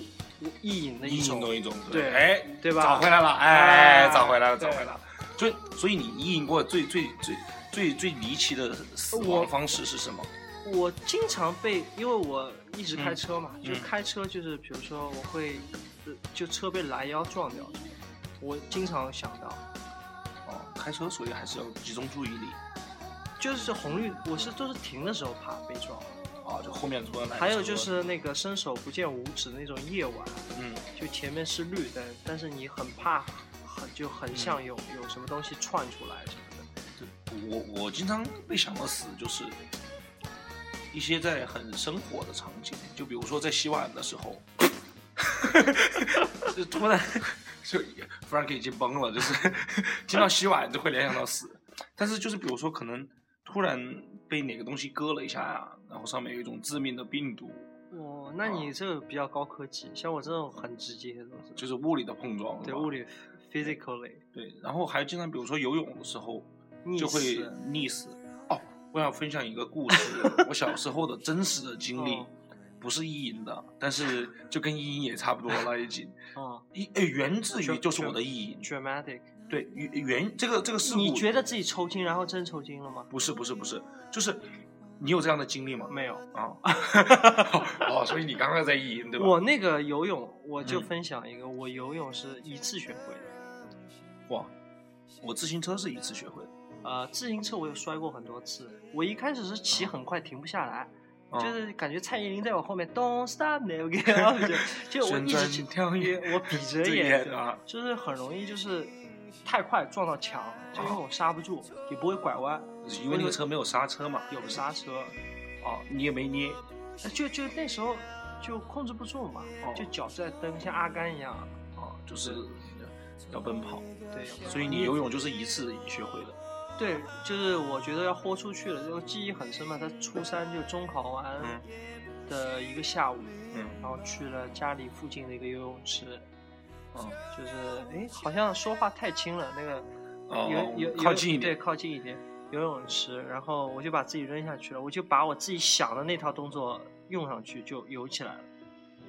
Speaker 2: 意淫的一种。
Speaker 3: 一种，
Speaker 2: 对
Speaker 3: 哎，
Speaker 2: 对吧
Speaker 3: 找回来了，哎
Speaker 2: 哎，
Speaker 3: 找回来了，
Speaker 2: 对
Speaker 3: 找回来了。所以，所以你意淫过最最最最最离奇的死
Speaker 2: 我
Speaker 3: 亡方式是什么？
Speaker 2: 我经常被，因为我一直开车嘛，
Speaker 3: 嗯
Speaker 2: 就开车就是，比如说我会，呃就车被拦腰撞掉，我经常想到，
Speaker 3: 哦，开车所以还是要集中注意力
Speaker 2: 就是红绿，我是都是停的时候怕被撞，
Speaker 3: 啊，就后面突然来。
Speaker 2: 还有就，是那个伸手不见五指那种夜晚，
Speaker 3: 嗯，
Speaker 2: 就前面是绿灯，但是你很怕，很就很
Speaker 3: 嗯
Speaker 2: 像有、有什么东西窜出来什么的，
Speaker 3: 对，我我经常被想到死，就是一些在很生活的场景，就比如说在洗碗的时候， 就突然就 Frank 已经崩了，就是 听到洗碗就会联想到死。但是就是比如说可能突然被哪个东西割了一下呀、然后上面有一种致命的病毒，
Speaker 2: 哦，那
Speaker 3: 嗯
Speaker 2: 你这个比较高科技，像我这种很直接的东西，
Speaker 3: 就是物理的碰撞，
Speaker 2: 对
Speaker 3: 是吧
Speaker 2: 物理 physically
Speaker 3: 对。然后还经常比如说游泳的时候
Speaker 2: 溺
Speaker 3: 就会
Speaker 2: 死
Speaker 3: 溺死。哦，我想分享一个故事，我小时候的真实的经历
Speaker 2: 哦，
Speaker 3: 不是意淫的，但是就跟意淫也差不多了，已 经。
Speaker 2: 啊、
Speaker 3: 一呃源自
Speaker 2: 就
Speaker 3: 于就是
Speaker 2: 就
Speaker 3: 我的意淫，
Speaker 2: d r a m a t i c
Speaker 3: 对源源这个这个事故。
Speaker 2: 你觉得自己抽筋，然后真抽筋了吗？
Speaker 3: 不是不是不是，就是你有这样的经历吗？
Speaker 2: 没有，
Speaker 3: 啊， 哦，所以你刚刚在意淫对吧？
Speaker 2: 我那个游泳，我就
Speaker 3: 嗯
Speaker 2: 分享一个，我游泳是一次学会的。
Speaker 3: 哇，我自行车是一次学会的，
Speaker 2: 呃，自行车我有摔过很多次，我一开始是骑很快，停不下来，
Speaker 3: 啊
Speaker 2: 就是感觉蔡依林在我后面，Don't stop now，get up，就 就我
Speaker 3: 旋
Speaker 2: 一直
Speaker 3: 转
Speaker 2: 骑
Speaker 3: 跳跃，
Speaker 2: 我闭着
Speaker 3: 这
Speaker 2: 眼，
Speaker 3: 也啊
Speaker 2: 就是很容易就是太快撞到墙，就因为我刹不住，也不会拐弯，
Speaker 3: 因为那个车没有刹车嘛，
Speaker 2: 有刹车，
Speaker 3: 啊，捏没捏？
Speaker 2: 呃就就那时候就控制不住嘛，
Speaker 3: 哦
Speaker 2: 就脚在蹬，像阿甘一样，
Speaker 3: 啊，就是要奔跑，
Speaker 2: 对，
Speaker 3: 所以你游泳就是一次学会的。
Speaker 2: 对，就是我觉得要豁出去了，这个记忆很深嘛。他初三就中考完
Speaker 3: 嗯
Speaker 2: 的一个下午，
Speaker 3: 嗯
Speaker 2: 然后去了家里附近的一个游泳池，
Speaker 3: 啊
Speaker 2: 就是哎，好像说话太轻了，那个
Speaker 3: 哦
Speaker 2: 游游，
Speaker 3: 靠近一
Speaker 2: 游对，
Speaker 3: 点，
Speaker 2: 靠近一点游泳池，然后我就把自己扔下去了，我就把我自己想的那套动作用上去，就游起来了，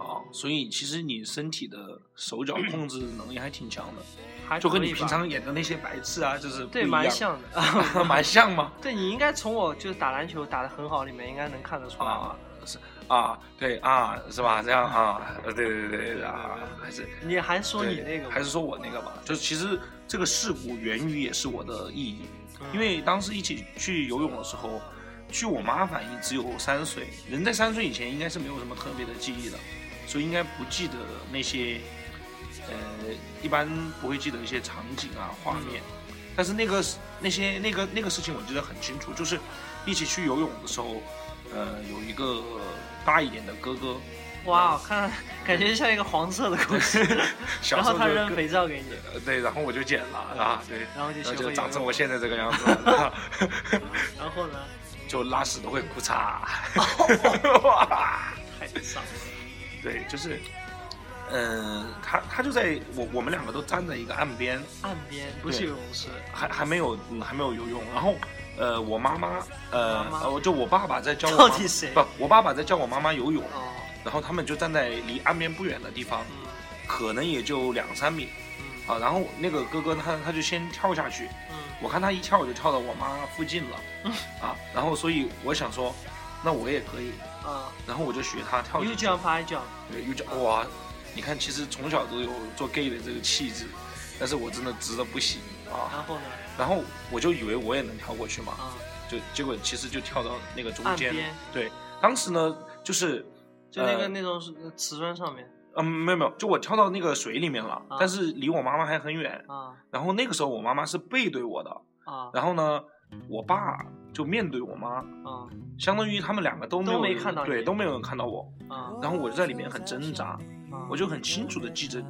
Speaker 3: 啊，所以其实你身体的手 脚控制能力还挺强的，
Speaker 2: 还
Speaker 3: 就和
Speaker 2: 可以
Speaker 3: 你平
Speaker 2: 吧
Speaker 3: 常演的那些白痴啊，就是
Speaker 2: 对
Speaker 3: 不一
Speaker 2: 蛮
Speaker 3: 样，
Speaker 2: 像 的。
Speaker 3: 蛮像吗？
Speaker 2: 对你应该从我就是打篮球打得很好里面应该能看得出来嘛。
Speaker 3: 啊，是啊，对啊，是吧？这样啊，呃对对对对啊，还是
Speaker 2: 你还说
Speaker 3: 对
Speaker 2: 你那个吗
Speaker 3: 还是说我那个吧？就是其实这个事故源于也是我的意义，
Speaker 2: 嗯
Speaker 3: 因为当时一起去游泳的时候，据我妈反映只有三岁，人在三岁以前应该是没有什么特别的记忆的，所以应该不记得那些，呃，一般不会记得一些场景啊画面，
Speaker 2: 嗯
Speaker 3: 但是那个那些那个那个事情我记得很清楚，就是一起去游泳的时候，呃，有一个大一点的哥哥，
Speaker 2: 哇，看感觉像一个黄色的东西，
Speaker 3: 小
Speaker 2: 然
Speaker 3: 时
Speaker 2: 后
Speaker 3: 候
Speaker 2: 他
Speaker 3: 就
Speaker 2: 扔
Speaker 3: 跟
Speaker 2: 肥皂给你，
Speaker 3: 呃，对，然后我就剪了啊，对，
Speaker 2: 嗯然后就学会游
Speaker 3: 长成
Speaker 2: 泳
Speaker 3: 我现在这个样子了，
Speaker 2: 然后呢，
Speaker 3: 就拉屎都会裤衩，
Speaker 2: 哦
Speaker 3: 哇，
Speaker 2: 太脏了，
Speaker 3: 对，就是，嗯、他他就在我我们两个都站在一个岸边，
Speaker 2: 岸边不是
Speaker 3: 对
Speaker 2: 游泳池，
Speaker 3: 还还没有、嗯还没有游泳，然后呃，我妈妈呃
Speaker 2: 妈妈
Speaker 3: 呃，就我爸爸在教我
Speaker 2: 到
Speaker 3: 妈
Speaker 2: 底谁
Speaker 3: 不，我爸爸在教我妈妈游泳，
Speaker 2: 哦，
Speaker 3: 然后他们就站在离岸边不远的地方，
Speaker 2: 嗯
Speaker 3: 可能也就两三米
Speaker 2: 嗯
Speaker 3: 啊，然后那个哥哥他他就先跳下去。
Speaker 2: 嗯，
Speaker 3: 我看他一跳就跳到我妈附近了，啊，然后所以我想说，那我也可以，
Speaker 2: 啊
Speaker 3: 然后我就学他跳
Speaker 2: ，U
Speaker 3: 进去，
Speaker 2: jump I jump，
Speaker 3: 对，又叫哇，你看其实从小都有做 gay 的这个气质，但是我真的直的不行啊，
Speaker 2: 然后呢，
Speaker 3: 然后我就以为我也能跳过去嘛，
Speaker 2: 啊，
Speaker 3: 就结果其实就跳到那个中
Speaker 2: 岸
Speaker 3: 间
Speaker 2: 边，
Speaker 3: 对，当时呢就是
Speaker 2: 就那
Speaker 3: 呃
Speaker 2: 个那种是瓷砖上面
Speaker 3: 嗯没有没有，就我跳到那个水里面了
Speaker 2: 啊，
Speaker 3: 但是离我妈妈还很远，
Speaker 2: 啊
Speaker 3: 然后那个时候我妈妈是背对我的，
Speaker 2: 啊
Speaker 3: 然后呢我爸就面对我妈。
Speaker 2: 啊
Speaker 3: 相当于他们两个都没有
Speaker 2: 都没
Speaker 3: 人
Speaker 2: 看到你
Speaker 3: 对，都没有人看到我。
Speaker 2: 啊，
Speaker 3: 然后我就在里面很挣扎，我就很清楚的记着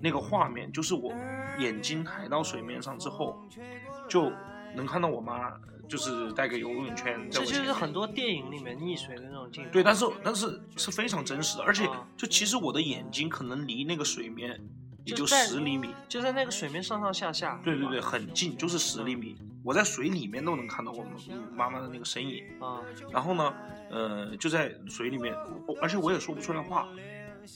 Speaker 3: 那个画面，就是我眼睛抬到水面上之后，就能看到我妈，就是带个游泳圈在
Speaker 2: 这就
Speaker 3: 我前
Speaker 2: 是
Speaker 3: 面。
Speaker 2: 很多电影里面溺水的那种镜头，
Speaker 3: 对，但是但是是非常真实的，而且
Speaker 2: 啊
Speaker 3: 就其实我的眼睛可能离那个水面也
Speaker 2: 就
Speaker 3: 就
Speaker 2: 在
Speaker 3: 十厘米，
Speaker 2: 就在那个水面上上下下，
Speaker 3: 对对对，
Speaker 2: 吧，
Speaker 3: 很近，就是十厘米，我在水里面都能看到我妈妈的那个身影。
Speaker 2: 啊，
Speaker 3: 然后呢，呃，就在水里面，我而且我也说不出来话，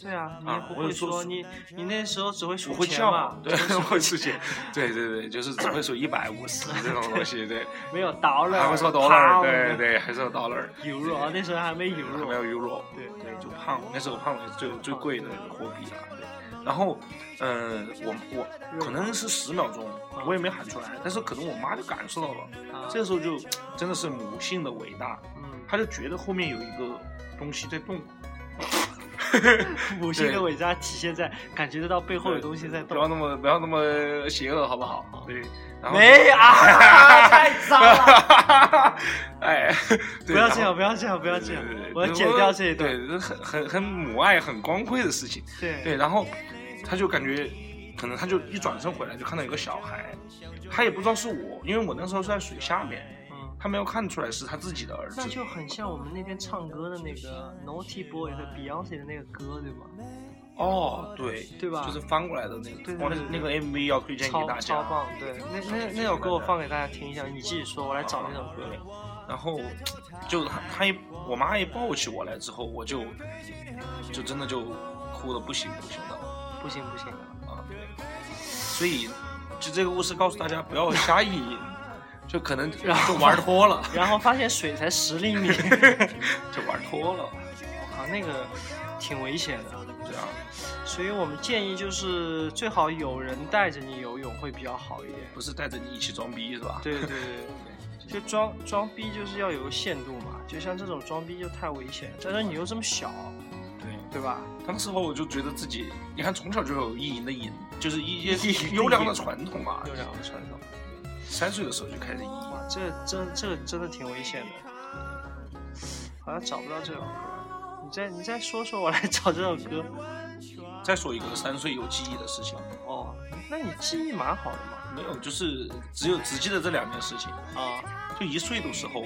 Speaker 2: 对啊，你也
Speaker 3: 啊
Speaker 2: 不
Speaker 3: 我
Speaker 2: 会
Speaker 3: 有说
Speaker 2: 说
Speaker 3: 数
Speaker 2: 你你那时候只会数
Speaker 3: 我会
Speaker 2: 钱
Speaker 3: 叫
Speaker 2: 嘛，
Speaker 3: 对， 我会数钱，对对对，就是只会数一百五十这种东西，对，
Speaker 2: 没有 dollar，
Speaker 3: 还会说 dollar，对对，还说 dollar，
Speaker 2: ，euro 啊那时候还没
Speaker 3: 还没
Speaker 2: euro，
Speaker 3: 有 euro，
Speaker 2: 对
Speaker 3: 对，就胖，那时候胖的最最贵的货币了，对，然后，嗯，我我可能是十秒钟，我也没喊出来，但是可能我妈就感受到了，
Speaker 2: 啊
Speaker 3: 这个时候就真的是母性的伟大，
Speaker 2: 嗯，
Speaker 3: 她就觉得后面有一个东西在动，
Speaker 2: 母性
Speaker 3: 对
Speaker 2: 的伟大体现在感觉得到背后有
Speaker 3: 对
Speaker 2: 东西在
Speaker 3: 不要
Speaker 2: 动，
Speaker 3: 那么不要那么邪恶，好不好？对，然后。
Speaker 2: 没啊， 太脏了，
Speaker 3: 哎，
Speaker 2: 不
Speaker 3: 对
Speaker 2: 要这样，，不要这样，不要这样
Speaker 3: 然后对对对，
Speaker 2: 我要剪掉这一段，
Speaker 3: 对，这很很很母爱、很光辉的事情。
Speaker 2: 对
Speaker 3: 对，然后他就感觉，可能他就一转身回来就看到一个小孩，他也不知道是我，因为我那时候是在水下面，
Speaker 2: 嗯。
Speaker 3: 他没有看出来是他自己的儿子
Speaker 2: 那。就很像我们那天唱歌的那个 Naughty Boy 和 Beyonce 的那个歌，对吗？
Speaker 3: 哦，对
Speaker 2: 对吧
Speaker 3: 就是翻过来的那
Speaker 2: 对对
Speaker 3: 个，哇，那
Speaker 2: 对对
Speaker 3: 那个 MV 要推荐给大
Speaker 2: 超超
Speaker 3: 家。
Speaker 2: 棒，对，那那那首歌我放给大家听一下，你继续说，我来找那首歌。
Speaker 3: 然后就他他一我妈一抱起我来之后，我就就真的就哭的不行不行的。
Speaker 2: 不行不行，
Speaker 3: 啊，所以就这个故事告诉大家不要瞎意淫，就可 能就玩脱了，
Speaker 2: 然后发现水才十厘米，
Speaker 3: 就玩脱了，
Speaker 2: 我靠，那个挺危险的。
Speaker 3: 这样
Speaker 2: 所以我们建议就是最好有人带着你游泳会比较好一点。
Speaker 3: 不是带着你一起装逼是吧？
Speaker 2: 对对对对对，就装装逼就是要有个限度嘛，就像这种装逼就太危险，加上你又这么小，
Speaker 3: 对，
Speaker 2: 对吧？
Speaker 3: 当时候我就觉得自己，你看从小就有意淫的瘾，就是一
Speaker 2: 意淫的
Speaker 3: 些
Speaker 2: 瘾
Speaker 3: 优良的传统嘛，
Speaker 2: 优良的传统。
Speaker 3: 三岁的时候就开始意淫，
Speaker 2: 哇，这这这真的挺危险的，好像找不到这首歌。你再你再说说，我来找这首歌。
Speaker 3: 再说一个三岁有记忆的事情，
Speaker 2: 哦，那你记忆蛮好的嘛。
Speaker 3: 没有，就是只有只记得这两件事情，
Speaker 2: 啊，
Speaker 3: 就一岁的时候，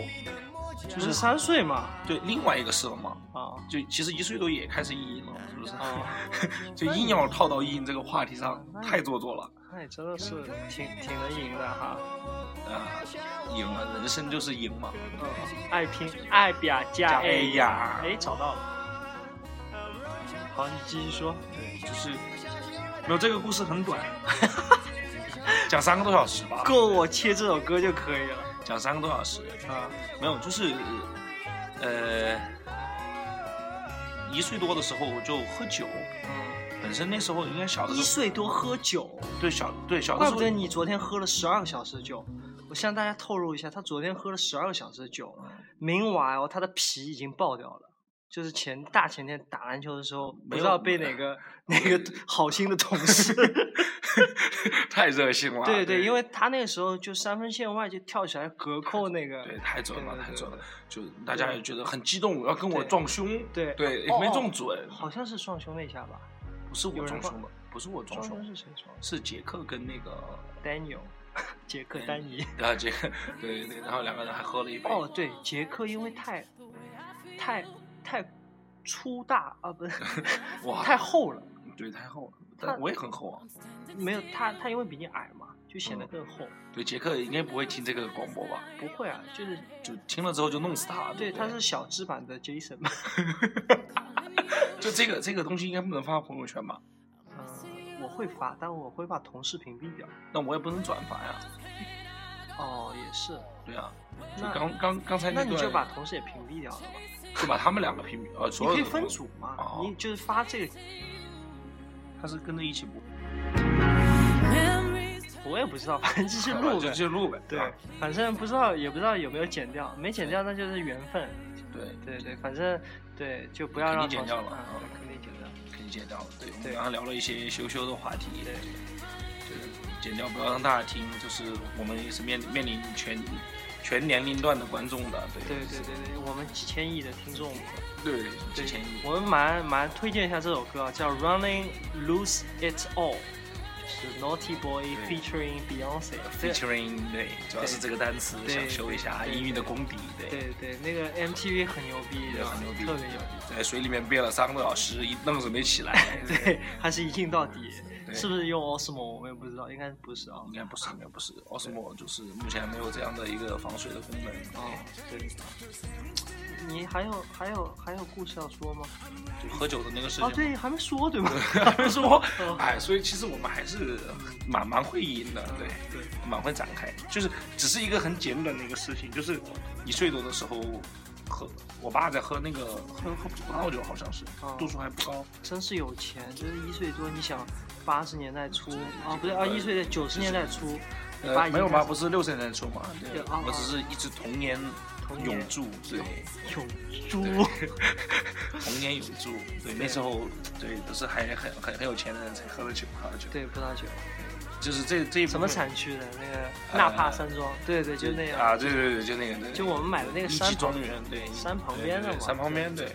Speaker 2: 不是三岁嘛？
Speaker 3: 对另外一个事了嘛，
Speaker 2: 啊
Speaker 3: 就其实一岁多也开始意淫了，是不是？
Speaker 2: 啊，
Speaker 3: 就硬要套到意淫这个话题上，太做作了。
Speaker 2: 那你真的是挺挺能赢的哈。
Speaker 3: 啊，赢了，人生就是赢嘛。
Speaker 2: 嗯，爱拼爱比亚加
Speaker 3: 加
Speaker 2: 哎
Speaker 3: 哎呀
Speaker 2: 哎，找到了。好，你继续说。
Speaker 3: 对，就是没有这个故事很短， 讲三个多小时吧，
Speaker 2: 够我切这首歌就可以了。
Speaker 3: 讲三个多小时。
Speaker 2: 啊
Speaker 3: 没有，就是呃，一岁多的时候就喝酒，
Speaker 2: 嗯，
Speaker 3: 本身那时候应该小的
Speaker 2: 一
Speaker 3: 时候，
Speaker 2: 岁多喝酒，
Speaker 3: 对小对小的
Speaker 2: 怪
Speaker 3: 时
Speaker 2: 不
Speaker 3: 候
Speaker 2: 得你昨天喝了十二个小时的酒。我向大家透露一下，他昨天喝了十二个小时的酒，meanwhile 他的皮已经爆掉了。就是前大前天打篮球的时候，不
Speaker 3: 没
Speaker 2: 知
Speaker 3: 有
Speaker 2: 道被哪个哪个好心的同事
Speaker 3: 太热心了，
Speaker 2: 对对，因为他那个时候就三分线外就跳起来隔扣那个，
Speaker 3: 对太准了
Speaker 2: 对对
Speaker 3: 太
Speaker 2: 对
Speaker 3: 准了
Speaker 2: 对，
Speaker 3: 就大家也觉得很激动，要跟我
Speaker 2: 对
Speaker 3: 撞胸，
Speaker 2: 对
Speaker 3: 对，
Speaker 2: 哦
Speaker 3: 也没中准，
Speaker 2: 好像是撞胸那一下吧？
Speaker 3: 不是
Speaker 2: 有
Speaker 3: 我
Speaker 2: 人
Speaker 3: 撞
Speaker 2: 撞
Speaker 3: 胸的，不是我撞
Speaker 2: 撞
Speaker 3: 胸
Speaker 2: 胸，是谁撞的
Speaker 3: 是杰克跟那个
Speaker 2: ？Daniel，杰克丹尼。
Speaker 3: 啊杰克，对对，然后两个人还喝了一杯，
Speaker 2: 哦，对，杰克因为太太太粗大啊，不是
Speaker 3: 哇，
Speaker 2: 太厚了，
Speaker 3: 对太厚了，
Speaker 2: 他
Speaker 3: 但我也很厚啊。
Speaker 2: 没有他他因为比你矮嘛，就显得
Speaker 3: 嗯
Speaker 2: 更厚。
Speaker 3: 对杰克应该不会听这个广播吧？
Speaker 2: 不会啊，就是
Speaker 3: 就听了之后就弄死他。
Speaker 2: 对，
Speaker 3: 不
Speaker 2: 他是小只版的 Jason 嘛。
Speaker 3: 就这个这个东西应该不能发朋友圈吧？
Speaker 2: 嗯，我会发，但我会把同事屏蔽掉。
Speaker 3: 那我也不能转发呀。
Speaker 2: 哦，也是，
Speaker 3: 对啊，就
Speaker 2: 那
Speaker 3: 刚刚刚才
Speaker 2: 那
Speaker 3: 段
Speaker 2: 你就把同事也屏蔽掉了嘛。
Speaker 3: 就把他们两个屏蔽，呃，
Speaker 2: 你
Speaker 3: 所有
Speaker 2: 可以
Speaker 3: 的
Speaker 2: 分组嘛，
Speaker 3: 哦
Speaker 2: 你就是发这个，
Speaker 3: 他是跟着一起播，
Speaker 2: 我也不知道，反正 就是
Speaker 3: 好吧
Speaker 2: 录
Speaker 3: 就
Speaker 2: 呗。
Speaker 3: 就录呗。
Speaker 2: 对
Speaker 3: 啊，
Speaker 2: 反正不知道，也不知道有没有剪掉，没剪掉那就是缘分。
Speaker 3: 对，
Speaker 2: 对对，反正对，就不要
Speaker 3: 肯定
Speaker 2: 让
Speaker 3: 剪
Speaker 2: 同
Speaker 3: 掉
Speaker 2: 事
Speaker 3: 了
Speaker 2: 啊
Speaker 3: 嗯
Speaker 2: 肯定剪掉。
Speaker 3: 可以剪掉了。对，我们
Speaker 2: 对
Speaker 3: 刚刚聊了一些羞羞的话题，
Speaker 2: 对，
Speaker 3: 对，剪掉不要让大家听，就是我们也是面面临全全年龄段的观众的，
Speaker 2: 对对对对，我们几千亿的听众，
Speaker 3: 对对，
Speaker 2: 对
Speaker 3: 之前也
Speaker 2: 我们蛮蛮推荐一下这首歌啊，叫《Running Loose It All》，就是 Naughty Boy
Speaker 3: 对
Speaker 2: featuring Beyonce。这
Speaker 3: featuring 对，主要是这个单词
Speaker 2: 对
Speaker 3: 想修一下
Speaker 2: 对对
Speaker 3: 英语的功底，对。
Speaker 2: 对对，那个 MTV 很牛逼，
Speaker 3: 对
Speaker 2: 对吧
Speaker 3: 很牛逼
Speaker 2: 特别牛逼。
Speaker 3: 在水里面憋了三个多小时，一愣是没起来。
Speaker 2: 对，还是一镜到底，
Speaker 3: 嗯对
Speaker 2: 是不是用 Osmo 我也不知道，应该不是啊。
Speaker 3: 应该不是，应该不是。Osmo 就是目前没有这样的一个防水的功能。啊
Speaker 2: 哦，对。你还有还有还有故事要说吗？
Speaker 3: 就喝酒的那个事情
Speaker 2: 哦，，对，还没说 对吗？
Speaker 3: 还没说
Speaker 2: 哦。
Speaker 3: 哎，所以其实我们还是蛮蛮会赢的，对，
Speaker 2: 对，
Speaker 3: 蛮会展开。就是只是一个很简短的一个事情，就是一岁多的时候喝，我爸在喝那个喝喝葡萄酒，好像是
Speaker 2: 哦
Speaker 3: 度数还不高，
Speaker 2: 真是有钱，就是一岁多，你想，八十年代初啊，不对啊，一岁的九十年代初，你爸
Speaker 3: 呃，
Speaker 2: 已经
Speaker 3: 没有吧？
Speaker 2: 开始
Speaker 3: 不是六岁才出嘛？
Speaker 2: 对
Speaker 3: 对
Speaker 2: 哦，
Speaker 3: 我只是一直童年
Speaker 2: 童年
Speaker 3: 永驻，对。
Speaker 2: 有猪，
Speaker 3: 童年有助，对，那时候对都是还很很很有钱的人才喝得起葡萄酒，，
Speaker 2: 对，葡萄酒，
Speaker 3: 就是这这一部分
Speaker 2: 什么产区的那个纳帕山庄，对对，就那样，
Speaker 3: 呃啊，对对对，就那个，对
Speaker 2: 就我们买的那个
Speaker 3: 一
Speaker 2: 山
Speaker 3: 级
Speaker 2: 庄
Speaker 3: 庄，园，对，
Speaker 2: 山旁边的嘛
Speaker 3: 对对对山旁边，对，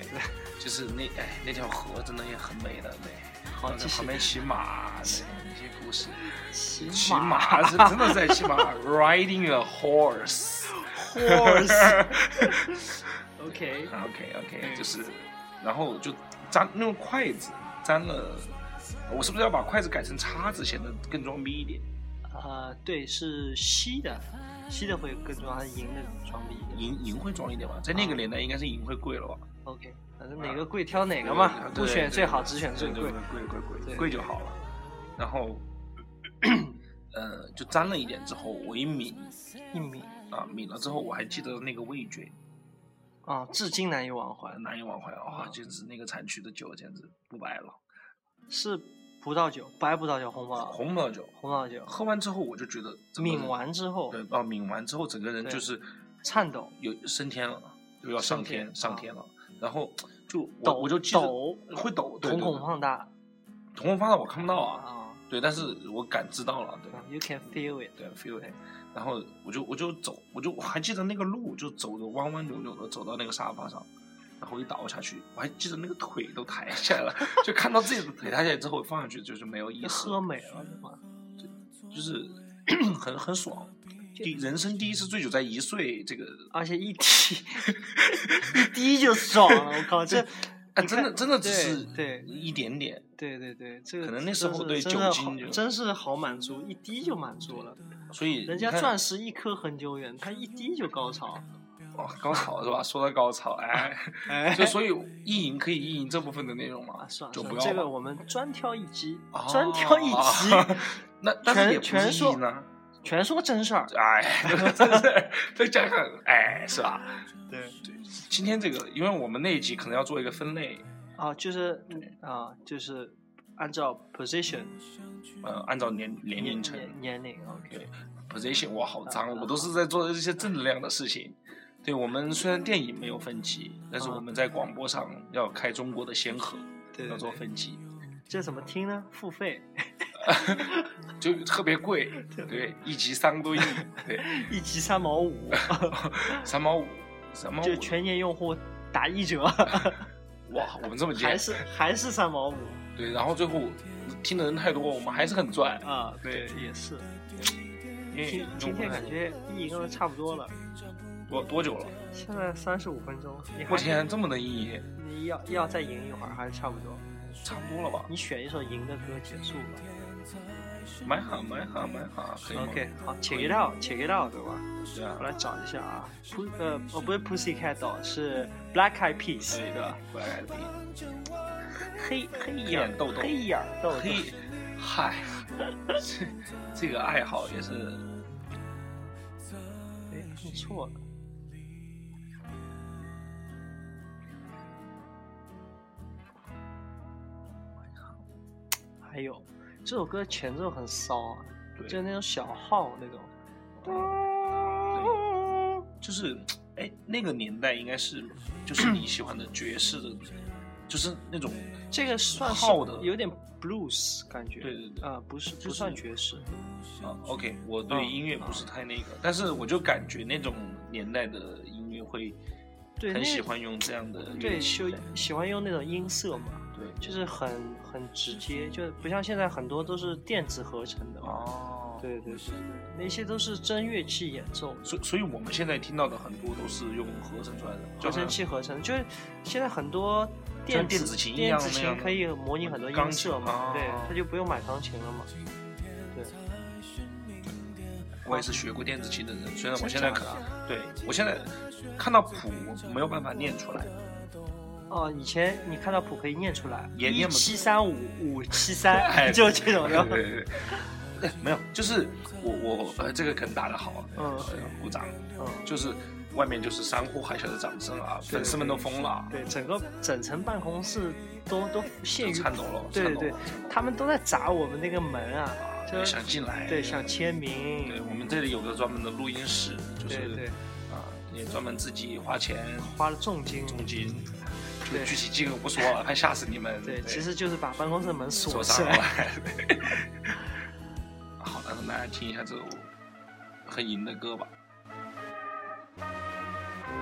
Speaker 3: 就是那哎那条河真的也很美的，对，
Speaker 2: 好
Speaker 3: 然后在
Speaker 2: 继续
Speaker 3: 旁边骑马，对，那些故事，
Speaker 2: 骑
Speaker 3: 骑 马是真的在骑 马，riding a horse，
Speaker 2: ，OK，
Speaker 3: OK
Speaker 2: 嗯
Speaker 3: OK，就是，然后就粘那用筷子粘了，我是不是要把筷子改成叉子，显得更装逼一点？
Speaker 2: 呃，对，是西的，西的会更装，还是银的装逼一点
Speaker 3: 银银会装一点吧，在那
Speaker 2: 啊
Speaker 3: 个年代应该是银会贵了吧？
Speaker 2: ？OK，反正哪个贵挑哪个嘛，
Speaker 3: 啊对
Speaker 2: 不
Speaker 3: 对
Speaker 2: 选
Speaker 3: 对
Speaker 2: 最好，只选最
Speaker 3: 对
Speaker 2: 贵。
Speaker 3: 对贵贵
Speaker 2: 对
Speaker 3: 贵贵就好了。然后，呃，就粘了一点之后，我一抿
Speaker 2: 一米
Speaker 3: 啊，抿了之后我还记得那个味觉，
Speaker 2: 啊，至今难以忘怀，
Speaker 3: 难以忘怀啊
Speaker 2: 嗯！
Speaker 3: 简直那个产区的酒简直不白了，
Speaker 2: 是葡萄酒，白葡萄酒，红葡萄酒，
Speaker 3: 红葡萄酒。
Speaker 2: 红葡萄酒，
Speaker 3: 喝完之后我就觉得整个人
Speaker 2: 啊抿完之后
Speaker 3: 对，哦，抿完之后整个人
Speaker 2: 对
Speaker 3: 就是
Speaker 2: 颤抖，
Speaker 3: 有升天了，就要上天
Speaker 2: 上
Speaker 3: 上
Speaker 2: 天啊
Speaker 3: 天了。然后就我
Speaker 2: 抖
Speaker 3: 我就记得
Speaker 2: 抖
Speaker 3: 会抖，对
Speaker 2: 瞳孔，放大
Speaker 3: 对瞳孔放大我看不到啊，
Speaker 2: 啊
Speaker 3: 对，但是我感知到了，对
Speaker 2: ，You can feel it，
Speaker 3: 对，feel it。然后我就我就走，我就我还记得那个路，就走的弯弯扭扭的走到那个沙发上，然后一倒下去，我还记得那个腿都抬起来了， 就看到自己的腿抬起来之后放下去就是没有意
Speaker 2: 就
Speaker 3: 思，
Speaker 2: 喝美了，对吧？
Speaker 3: 就是 很很爽。第人生第一次醉酒在一岁，这个
Speaker 2: 而且一滴 一滴就爽了，我靠，这
Speaker 3: 哎，
Speaker 2: 你
Speaker 3: 真的
Speaker 2: 看
Speaker 3: 真的只
Speaker 2: 对
Speaker 3: 是
Speaker 2: 对
Speaker 3: 一点点，
Speaker 2: 对对对，这个
Speaker 3: 可能那时候
Speaker 2: 真是
Speaker 3: 对
Speaker 2: 真
Speaker 3: 酒
Speaker 2: 的
Speaker 3: 精
Speaker 2: 好
Speaker 3: 就
Speaker 2: 真是好满足，一滴就满足了。
Speaker 3: 所以
Speaker 2: 人
Speaker 3: 你
Speaker 2: 家
Speaker 3: 看
Speaker 2: 钻石一颗恒久远，他一滴就高 潮。
Speaker 3: 哦高潮是吧？说到高潮，哎，
Speaker 2: 哎
Speaker 3: 就所以意淫可以意淫这部分的内容
Speaker 2: 啊，
Speaker 3: 嘛，
Speaker 2: 算了
Speaker 3: 就
Speaker 2: 算
Speaker 3: 不
Speaker 2: 了，
Speaker 3: 要
Speaker 2: 这个
Speaker 3: 了
Speaker 2: 我们专挑一集，
Speaker 3: 哦
Speaker 2: 专挑一集，
Speaker 3: 那但是也不
Speaker 2: 全全
Speaker 3: 是意
Speaker 2: 说
Speaker 3: 淫啊呢，
Speaker 2: 全说真事儿。
Speaker 3: 哎， 真是再加上哎是吧？
Speaker 2: 对
Speaker 3: 今天这个，因为我们那一集可能要做一个分类，
Speaker 2: 啊，就是啊，就是按照 position
Speaker 3: 呃，按照年年龄层，
Speaker 2: 年年龄，OK，哦
Speaker 3: 对 position，哇，好脏，我都是在做这些正能量的事情。对我们虽然电影没有分级，但是我们在广播上要开中国的先河，
Speaker 2: 对
Speaker 3: 要
Speaker 2: 对
Speaker 3: 做
Speaker 2: 对，
Speaker 3: 分级，
Speaker 2: 这怎么听呢？付费
Speaker 3: 就特别贵，对，一集三个多亿，对，
Speaker 2: 一集 三毛五，
Speaker 3: 三毛五，三毛
Speaker 2: 就
Speaker 3: 五，
Speaker 2: 全年用户打一折，
Speaker 3: 哇，我们这么
Speaker 2: 还
Speaker 3: 贱，
Speaker 2: 是还是三 毛五
Speaker 3: 对，然后最后听的人太多，我们还是很赚，
Speaker 2: 啊？
Speaker 3: 对
Speaker 2: 也是。
Speaker 3: 因为
Speaker 2: 今今天感觉意淫的差不多了，
Speaker 3: 多多久了？
Speaker 2: 现在三十五分钟，你还
Speaker 3: 我天，这么能意淫，
Speaker 2: 你要要再赢一会儿还是差不多。
Speaker 3: 差不多了吧？
Speaker 2: 你选一首赢的歌结束吧。
Speaker 3: 买好，买好，买好，可以吗
Speaker 2: OK，好，check it out，check it out，对吧？
Speaker 3: 对啊
Speaker 2: 我，来找一下啊，P 呃，哦不是 Pussycat Doll，是 Black Eyed Peas，
Speaker 3: 可以
Speaker 2: 对吧
Speaker 3: 的？，不爱听。
Speaker 2: 黑黑眼
Speaker 3: 眼
Speaker 2: 儿
Speaker 3: 豆豆
Speaker 2: 黑眼儿豆豆，
Speaker 3: 嘿，嗨，这 这个爱好也是
Speaker 2: 哎，弄错了。还有这首歌前奏很骚啊，
Speaker 3: 对
Speaker 2: 就是那种小号那种。
Speaker 3: 对，就是哎，那个年代应该是就是你喜欢的爵士的，就是那种
Speaker 2: 这个算是
Speaker 3: 号的
Speaker 2: 有点 blues 感觉。
Speaker 3: 对对对
Speaker 2: 啊、不是不
Speaker 3: 是
Speaker 2: 算爵士。
Speaker 3: 啊。OK，我
Speaker 2: 啊
Speaker 3: 对音乐不是太那个，但是我就感觉那种年代的音乐会
Speaker 2: 对，
Speaker 3: 很
Speaker 2: 那
Speaker 3: 喜欢用这样的乐
Speaker 2: 对，
Speaker 3: 器
Speaker 2: 就喜欢用那种音色嘛，
Speaker 3: 对
Speaker 2: 就是很很直接，就不像现在很多都是电子合成的嘛。
Speaker 3: 哦，对。
Speaker 2: 对对对，那些都是真乐器演奏的，
Speaker 3: 所以所以我们现在听到的很多都是用合成出来的，嗯
Speaker 2: 合成器合成，就是现在很多电
Speaker 3: 像电子琴一
Speaker 2: 电
Speaker 3: 样
Speaker 2: 子
Speaker 3: 那样
Speaker 2: 琴
Speaker 3: 的
Speaker 2: 可以模拟很多
Speaker 3: 钢
Speaker 2: 音
Speaker 3: 琴
Speaker 2: 色嘛，
Speaker 3: 啊
Speaker 2: 对，它就不用买钢琴了嘛。对，
Speaker 3: 我也是学过电子琴的人，虽然我现在
Speaker 2: 真
Speaker 3: 可
Speaker 2: 假
Speaker 3: 对我现在看到谱我没有办法念出来，
Speaker 2: 哦，以前你看到谱可以念出来，
Speaker 3: 也
Speaker 2: 一
Speaker 3: 念不
Speaker 2: 七三五五七三，
Speaker 3: 哎
Speaker 2: 就这种的。
Speaker 3: 对对对，哎 没有，就是我我呃这个梗打得好，
Speaker 2: 嗯
Speaker 3: 呃鼓掌，
Speaker 2: 嗯，
Speaker 3: 就是外面就是山呼海啸的掌声啊，
Speaker 2: 对
Speaker 3: 粉丝们都疯了啊，
Speaker 2: 对，整个整层办公室都都陷于
Speaker 3: 颤抖了，
Speaker 2: 对对
Speaker 3: 颤抖
Speaker 2: 对
Speaker 3: 了，颤抖了
Speaker 2: 他们都在砸我们那个门啊，就
Speaker 3: 对
Speaker 2: 是
Speaker 3: 想进来，
Speaker 2: 对想签
Speaker 3: 对
Speaker 2: 名，
Speaker 3: 我们这里有个专门的录音室，就是
Speaker 2: 对对，
Speaker 3: 啊也专门自己花钱
Speaker 2: 花了重金。
Speaker 3: 重金，就
Speaker 2: 对
Speaker 3: 具体金额不说 了，怕吓死你们，
Speaker 2: 嗯对，其实就是把办公室的门
Speaker 3: 手
Speaker 2: 锁起
Speaker 3: 上
Speaker 2: 来。
Speaker 3: 来。 好了，让大家听一下这首很淫的歌吧。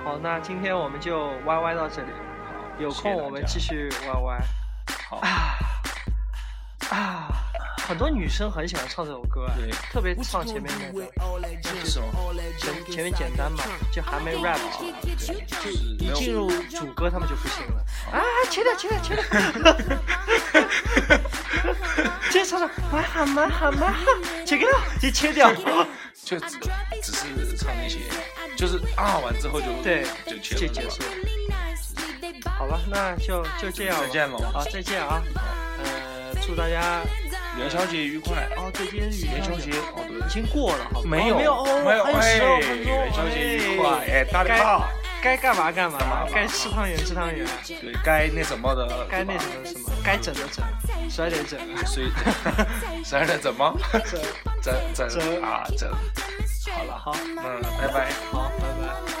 Speaker 2: 好，那今天我们就 YY 到这里，有空我们继续
Speaker 3: 续。
Speaker 2: YY
Speaker 3: 好，
Speaker 2: 啊，很多女生很喜欢唱这首歌，啊
Speaker 3: 对
Speaker 2: 特别唱前面那个，
Speaker 3: 是什么？
Speaker 2: 前前面简单嘛，就还没 rap 啊，
Speaker 3: 就是没
Speaker 2: 一
Speaker 3: 有
Speaker 2: 进入主歌他们就不行了。啊，切掉切掉切掉，接着唱唱，蛮好蛮好蛮好，切掉就切掉。
Speaker 3: 就只只是唱那些，就是啊完之后就
Speaker 2: 对
Speaker 3: 就切了
Speaker 2: 就结
Speaker 3: 对吧
Speaker 2: 束好了，那就就这样了，
Speaker 3: 再见喽
Speaker 2: 好，再见啊，呃，祝大家
Speaker 3: 元宵节愉快。
Speaker 2: 哦，对，今天是元
Speaker 3: 元
Speaker 2: 宵
Speaker 3: 宵
Speaker 2: 节
Speaker 3: 节，哦对
Speaker 2: 已经过了，好吧
Speaker 3: 没
Speaker 2: 哦
Speaker 3: 有
Speaker 2: 没有哦，
Speaker 3: 没有
Speaker 2: 还有十二
Speaker 3: 哎
Speaker 2: 分钟，
Speaker 3: 元宵节愉快哎大礼
Speaker 2: 该
Speaker 3: 炮
Speaker 2: 该干嘛干
Speaker 3: 干嘛
Speaker 2: 嘛
Speaker 3: 干，嘛
Speaker 2: 该吃汤圆吃汤圆，
Speaker 3: 对该那什么的，
Speaker 2: 该那什么什么，该整的整，十二点整，
Speaker 3: 所以 十二点怎么 整
Speaker 2: 整
Speaker 3: 整整啊整？
Speaker 2: 好了，好，
Speaker 3: 嗯，拜拜。
Speaker 2: 好，拜拜。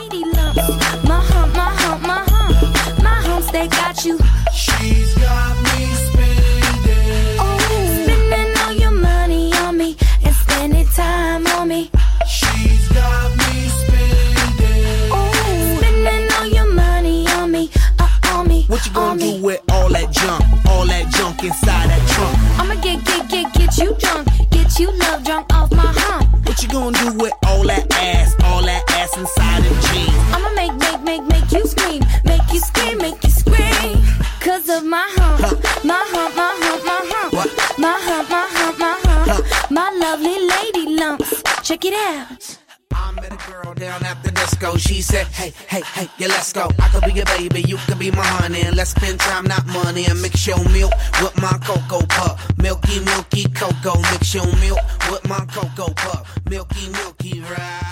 Speaker 4: Lady lumps, my hump, my hump, my hump, my humps, they got you.
Speaker 1: She's got me spending.
Speaker 4: Oh, Spending all your money on me and spending time on me.
Speaker 1: She's got me spending.
Speaker 4: Oh, Spending all your money on me, uh, on me.
Speaker 6: What you
Speaker 4: on
Speaker 6: gonna
Speaker 4: me.
Speaker 6: do with all that junk? All that junk inside that trunk.
Speaker 4: I'ma get, get, get, get you drunk. Get you love drunk off my hump.
Speaker 6: What you gonna do with all that ass? All that ass inside them jeans.
Speaker 4: I'ma make, make, make, make you scream. Make you scream, make you scream. Cause of my hump, my hump, my hump, my hump.
Speaker 6: What?
Speaker 4: My hump, my hump, my hump. My lovely lady lumps. Check it out.
Speaker 6: I met a girl down at the disco. She said, Hey, hey, hey, yeah, let's go. I could be your baby, you could be my honey. And let's spend time, not money. And mix your milk with my cocoa pup. Milky, milky cocoa. Mix your milk with my cocoa pup. Milky, milky, right?